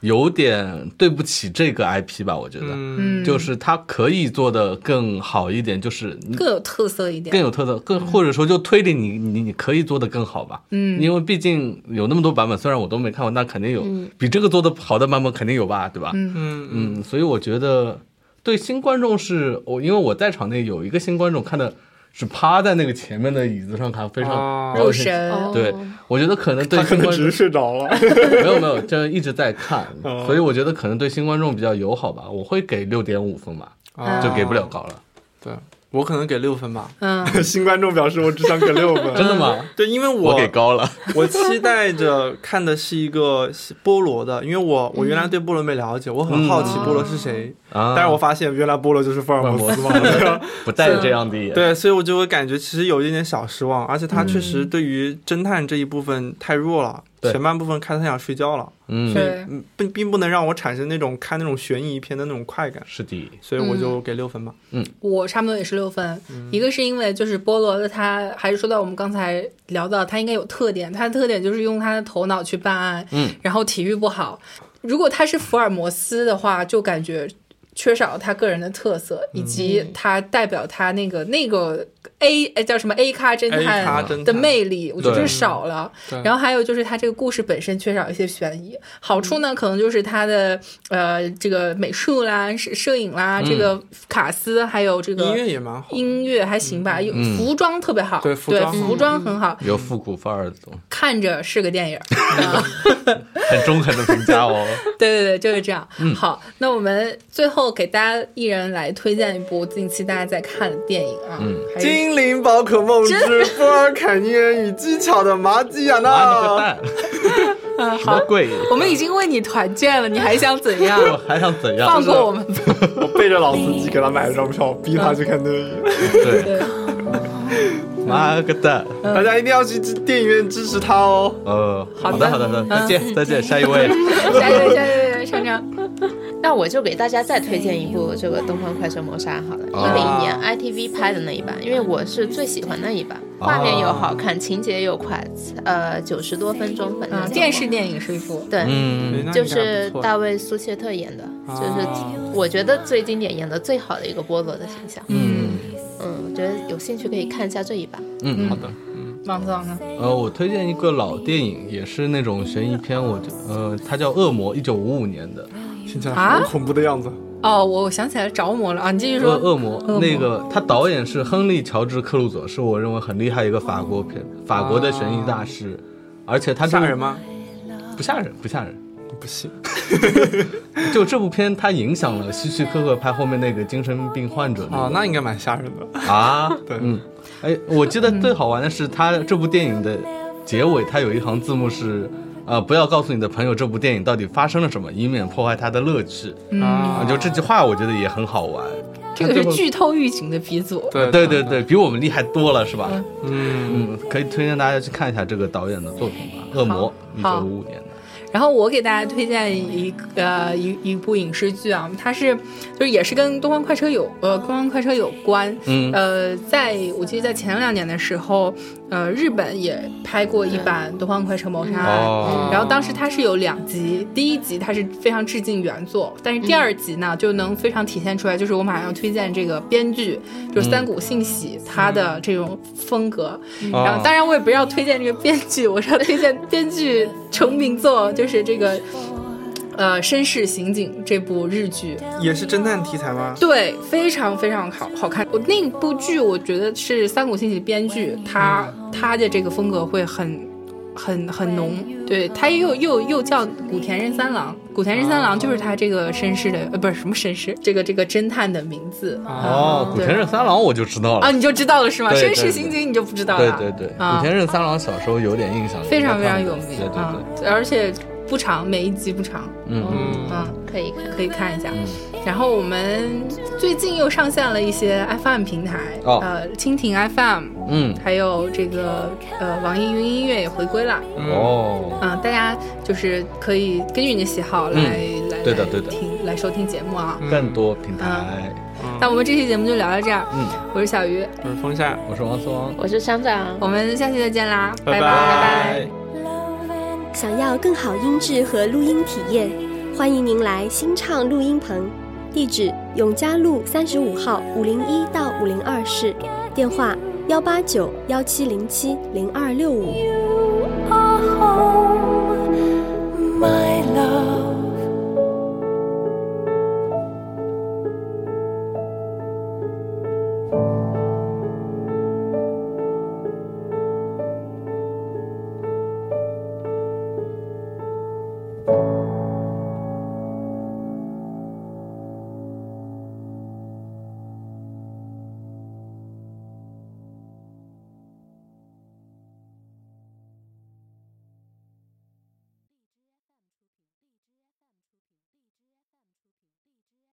Speaker 2: 有点对不起这个 IP 吧，我觉得，
Speaker 6: 嗯，
Speaker 5: 嗯，
Speaker 2: 就是它可以做的更好一点，就是你
Speaker 5: 更有特色一
Speaker 2: 更
Speaker 5: 点。
Speaker 2: 有特色，更或者说就推理你你你可以做的更好吧，
Speaker 5: 嗯
Speaker 2: 因为毕竟有那么多版本，虽然我都没看过，但肯定有比这个做的好的版本肯定有吧，对吧？
Speaker 5: 嗯
Speaker 6: 嗯
Speaker 2: 嗯，所以我觉得对新观众是我，因为我在场内有一个新观众看的是趴在那个前面的椅子上看，非常
Speaker 6: 啊
Speaker 2: 高
Speaker 5: 入
Speaker 2: 兴。
Speaker 5: 神。
Speaker 7: 哦
Speaker 2: 对，我觉得可能对
Speaker 6: 他可
Speaker 2: 新
Speaker 6: 能
Speaker 2: 观
Speaker 6: 只
Speaker 2: 众
Speaker 6: 是睡着了。
Speaker 2: 没有没有，就是一直在看，所以我觉得可能对新观众比较友好吧，我会给六点五分吧，就给不了高了。
Speaker 6: 对我可能给六分吧。
Speaker 5: 嗯，
Speaker 6: (laughs) 新观众表示我只想给六分，
Speaker 2: (laughs) 真的吗？
Speaker 6: 对，因为我
Speaker 8: 我给高了，
Speaker 6: (laughs) 我期待着看的是一个菠萝的，因为我我原来对菠萝没了解，我很好奇菠萝是谁，
Speaker 2: 啊，
Speaker 6: 但是我发现原来菠萝就是福尔摩斯嘛，对啊
Speaker 8: 不带着这样的眼。
Speaker 6: 对，所以我就会感觉其实有一点点小失望，而且他确实对于侦探这一部分太弱了，
Speaker 2: 对
Speaker 6: 前半部分看他想睡觉了，
Speaker 2: 嗯，
Speaker 5: 对，
Speaker 6: 嗯，并并不能让我产生那种看那种悬疑片的那种快感，
Speaker 2: 是的，
Speaker 6: 所以我就给六分吧。
Speaker 5: 我差不多也是六分。一个是因为就是菠萝的他，还是说到我们刚才聊到，他应该有特点，他的特点就是用他的头脑去办案，
Speaker 2: 嗯，
Speaker 5: 然后体育不好。如果他是福尔摩斯的话，就感觉缺少他个人的特色，以及他代表他那个那个 A 哎叫什么 A 咖侦
Speaker 6: A 咖
Speaker 5: 探
Speaker 6: 侦
Speaker 5: 的
Speaker 6: 探
Speaker 5: 魅力，我觉得
Speaker 2: 对
Speaker 5: 这是少了。
Speaker 6: 对
Speaker 5: 然后还有就是它这个故事本身缺少一些悬疑，好处
Speaker 6: 嗯
Speaker 5: 呢可能就是它的呃这个美术啦、摄摄影啦、这个卡斯还有
Speaker 6: 嗯
Speaker 5: 这
Speaker 6: 音
Speaker 5: 个
Speaker 6: 乐也蛮好，
Speaker 5: 音乐还行吧，有
Speaker 2: 嗯
Speaker 5: 服装特别好，
Speaker 6: 对服装嗯
Speaker 5: 服装很好，
Speaker 2: 有复古范儿的东西，
Speaker 5: 看着是个电影。
Speaker 2: 很中肯的评价哦。
Speaker 5: (laughs) 对对对，就是这样。
Speaker 6: 嗯
Speaker 5: 好，那我们最后给大家一人来推荐一部近期大家在看的电影
Speaker 6: 嗯
Speaker 5: 啊，还是
Speaker 6: 精灵宝可梦之波尔凯尼人与技巧的玛吉亚
Speaker 2: 妈你个
Speaker 6: 娜，
Speaker 2: 蛋！什么鬼？
Speaker 5: 我们已经为你团建了，你还想怎
Speaker 2: (laughs)
Speaker 5: 样？
Speaker 2: 我还想怎样？
Speaker 5: 放过我们吧。
Speaker 6: 我背着老司机给他买了张票，逼他去看电影。
Speaker 2: 对，妈个蛋！
Speaker 6: 大家一定要去电影院支持他哦。
Speaker 2: 呃，好
Speaker 5: 的
Speaker 2: 的好的好的，再见再见，下一位。
Speaker 5: (laughs) 下一位，下一位，上场。
Speaker 7: 那我就给大家再推荐一部这个《东方快车谋杀》好了，
Speaker 6: 啊
Speaker 7: 一零年 ITV 拍的那一版，因为我是最喜欢那一版，画面
Speaker 6: 啊
Speaker 7: 又好看，情节又快，呃，九十多分钟，反
Speaker 5: 嗯，
Speaker 7: 正
Speaker 5: 电视电影是一部，
Speaker 7: 对。
Speaker 2: 嗯，
Speaker 7: 就是大卫·苏切特演的，就是
Speaker 6: 哦
Speaker 7: 我觉得最经典、演的最好的一个菠萝的形象。嗯我觉得有兴趣可以看一下这一版。
Speaker 2: 嗯，好的。
Speaker 5: 王子王呢？
Speaker 2: 呃，我推荐一个老电影，也是那种悬疑片，我就呃，它叫《恶魔》，一九五五年的。
Speaker 6: 听起来好恐怖的样子。
Speaker 5: 哦，我想起来着魔了啊！你继续
Speaker 2: 恶
Speaker 6: 呃
Speaker 5: 说。
Speaker 2: 恶魔那个，他导演是亨利·乔治·克鲁佐，是我认为很厉害一个法国片，法国的悬疑大师。而且他这
Speaker 6: 吓
Speaker 2: 部
Speaker 6: 人？吗？
Speaker 2: 不吓人，不吓人。
Speaker 6: 不信。
Speaker 2: 就这部片，它影响了希区柯克拍后面那个精神病患者那
Speaker 6: 啊，那应该蛮吓人的。
Speaker 2: 个啊，
Speaker 6: 对
Speaker 2: 嗯，哎，我记得最好玩的是，他这部电影的结尾，它有一行字幕是。呃，不要告诉你的朋友这部电影到底发生了什么，以免破坏他的乐趣。啊，
Speaker 5: 嗯
Speaker 6: 啊，
Speaker 2: 就这句话，我觉得也很好玩。
Speaker 6: 呃
Speaker 5: 这个是剧透预警的鼻祖。
Speaker 6: 对
Speaker 2: 对对，对，比我们厉害多了，是吧？
Speaker 6: 嗯，
Speaker 2: 嗯，可以推荐大家去看一下这个导演的作品吧，《恶魔》，一
Speaker 5: 好
Speaker 2: 九五五年的。
Speaker 5: 然后我给大家推荐一呃一一部影视剧啊，它是就是也是跟《东方快车有》呃《东方快车》有关。
Speaker 2: 嗯
Speaker 5: 呃，在我记得在前两年的时候，呃，日本也拍过一版《东方快车谋杀案》
Speaker 2: 哦
Speaker 5: 然后当时它是有两集，第一集它是非常致敬原作，但是第二集呢、就能非常体现出来，就是我马上要推荐这个编剧，就是三谷幸喜、他的这种风格。然后当然我也不是要推荐这个编剧，我是要推荐编剧成名作，就是这个。呃，《绅士刑警》这部日剧，
Speaker 6: 也是侦探题材吗？
Speaker 5: 对，非常非常好好看。我那部剧，我觉得是三谷幸喜编剧，他他的这个风格会很很很浓。对他又又又叫古田任三郎，古田任三
Speaker 2: 啊
Speaker 5: 郎就是他这个绅士的，呃，不是什么绅士，这个这个侦探的名字
Speaker 2: 哦，古田任三郎我就知道
Speaker 5: 嗯啊，
Speaker 2: 了。
Speaker 5: 你就知道了是吗？
Speaker 2: 对对
Speaker 5: 绅士
Speaker 2: 对
Speaker 5: 刑警你就不知道
Speaker 2: 对
Speaker 5: 了？
Speaker 2: 对对，古
Speaker 5: 啊
Speaker 2: 田任三郎小时候有点印象，
Speaker 5: 非常
Speaker 2: 应
Speaker 5: 非
Speaker 2: 该
Speaker 5: 常
Speaker 2: 看
Speaker 5: 有
Speaker 2: 过
Speaker 5: 名
Speaker 2: 对对
Speaker 5: 啊
Speaker 2: 对，，
Speaker 5: 而且不长，每一集不长，
Speaker 2: 嗯
Speaker 6: 嗯，
Speaker 5: 嗯。
Speaker 7: 可以看。
Speaker 5: 可以看一下。然后我们最近又上线了一些 FM 平台，
Speaker 2: 哦
Speaker 5: 呃，蜻蜓 FM，
Speaker 2: 嗯
Speaker 5: 还有这个呃网易云音乐也回归了。
Speaker 2: 嗯，哦，
Speaker 5: 嗯、大家就是可以根据你的喜好来、来
Speaker 2: 嗯对的
Speaker 5: 来
Speaker 2: 对的
Speaker 5: 听来收听节目啊。
Speaker 2: 更多平台，
Speaker 5: 那我们这期节目就聊到这儿。
Speaker 2: 嗯，
Speaker 5: 我是小鱼，
Speaker 6: 我嗯是风扇，
Speaker 2: 我是王思王。
Speaker 7: 我是乡长，
Speaker 5: 我们下期再见啦，拜拜
Speaker 6: 拜。
Speaker 9: 想要更好音质和录音体验，欢迎您来新唱录音棚，地址永嘉路三十五号五零一到五零二室，电话幺八九幺七零七零二六五。
Speaker 10: are home, my love.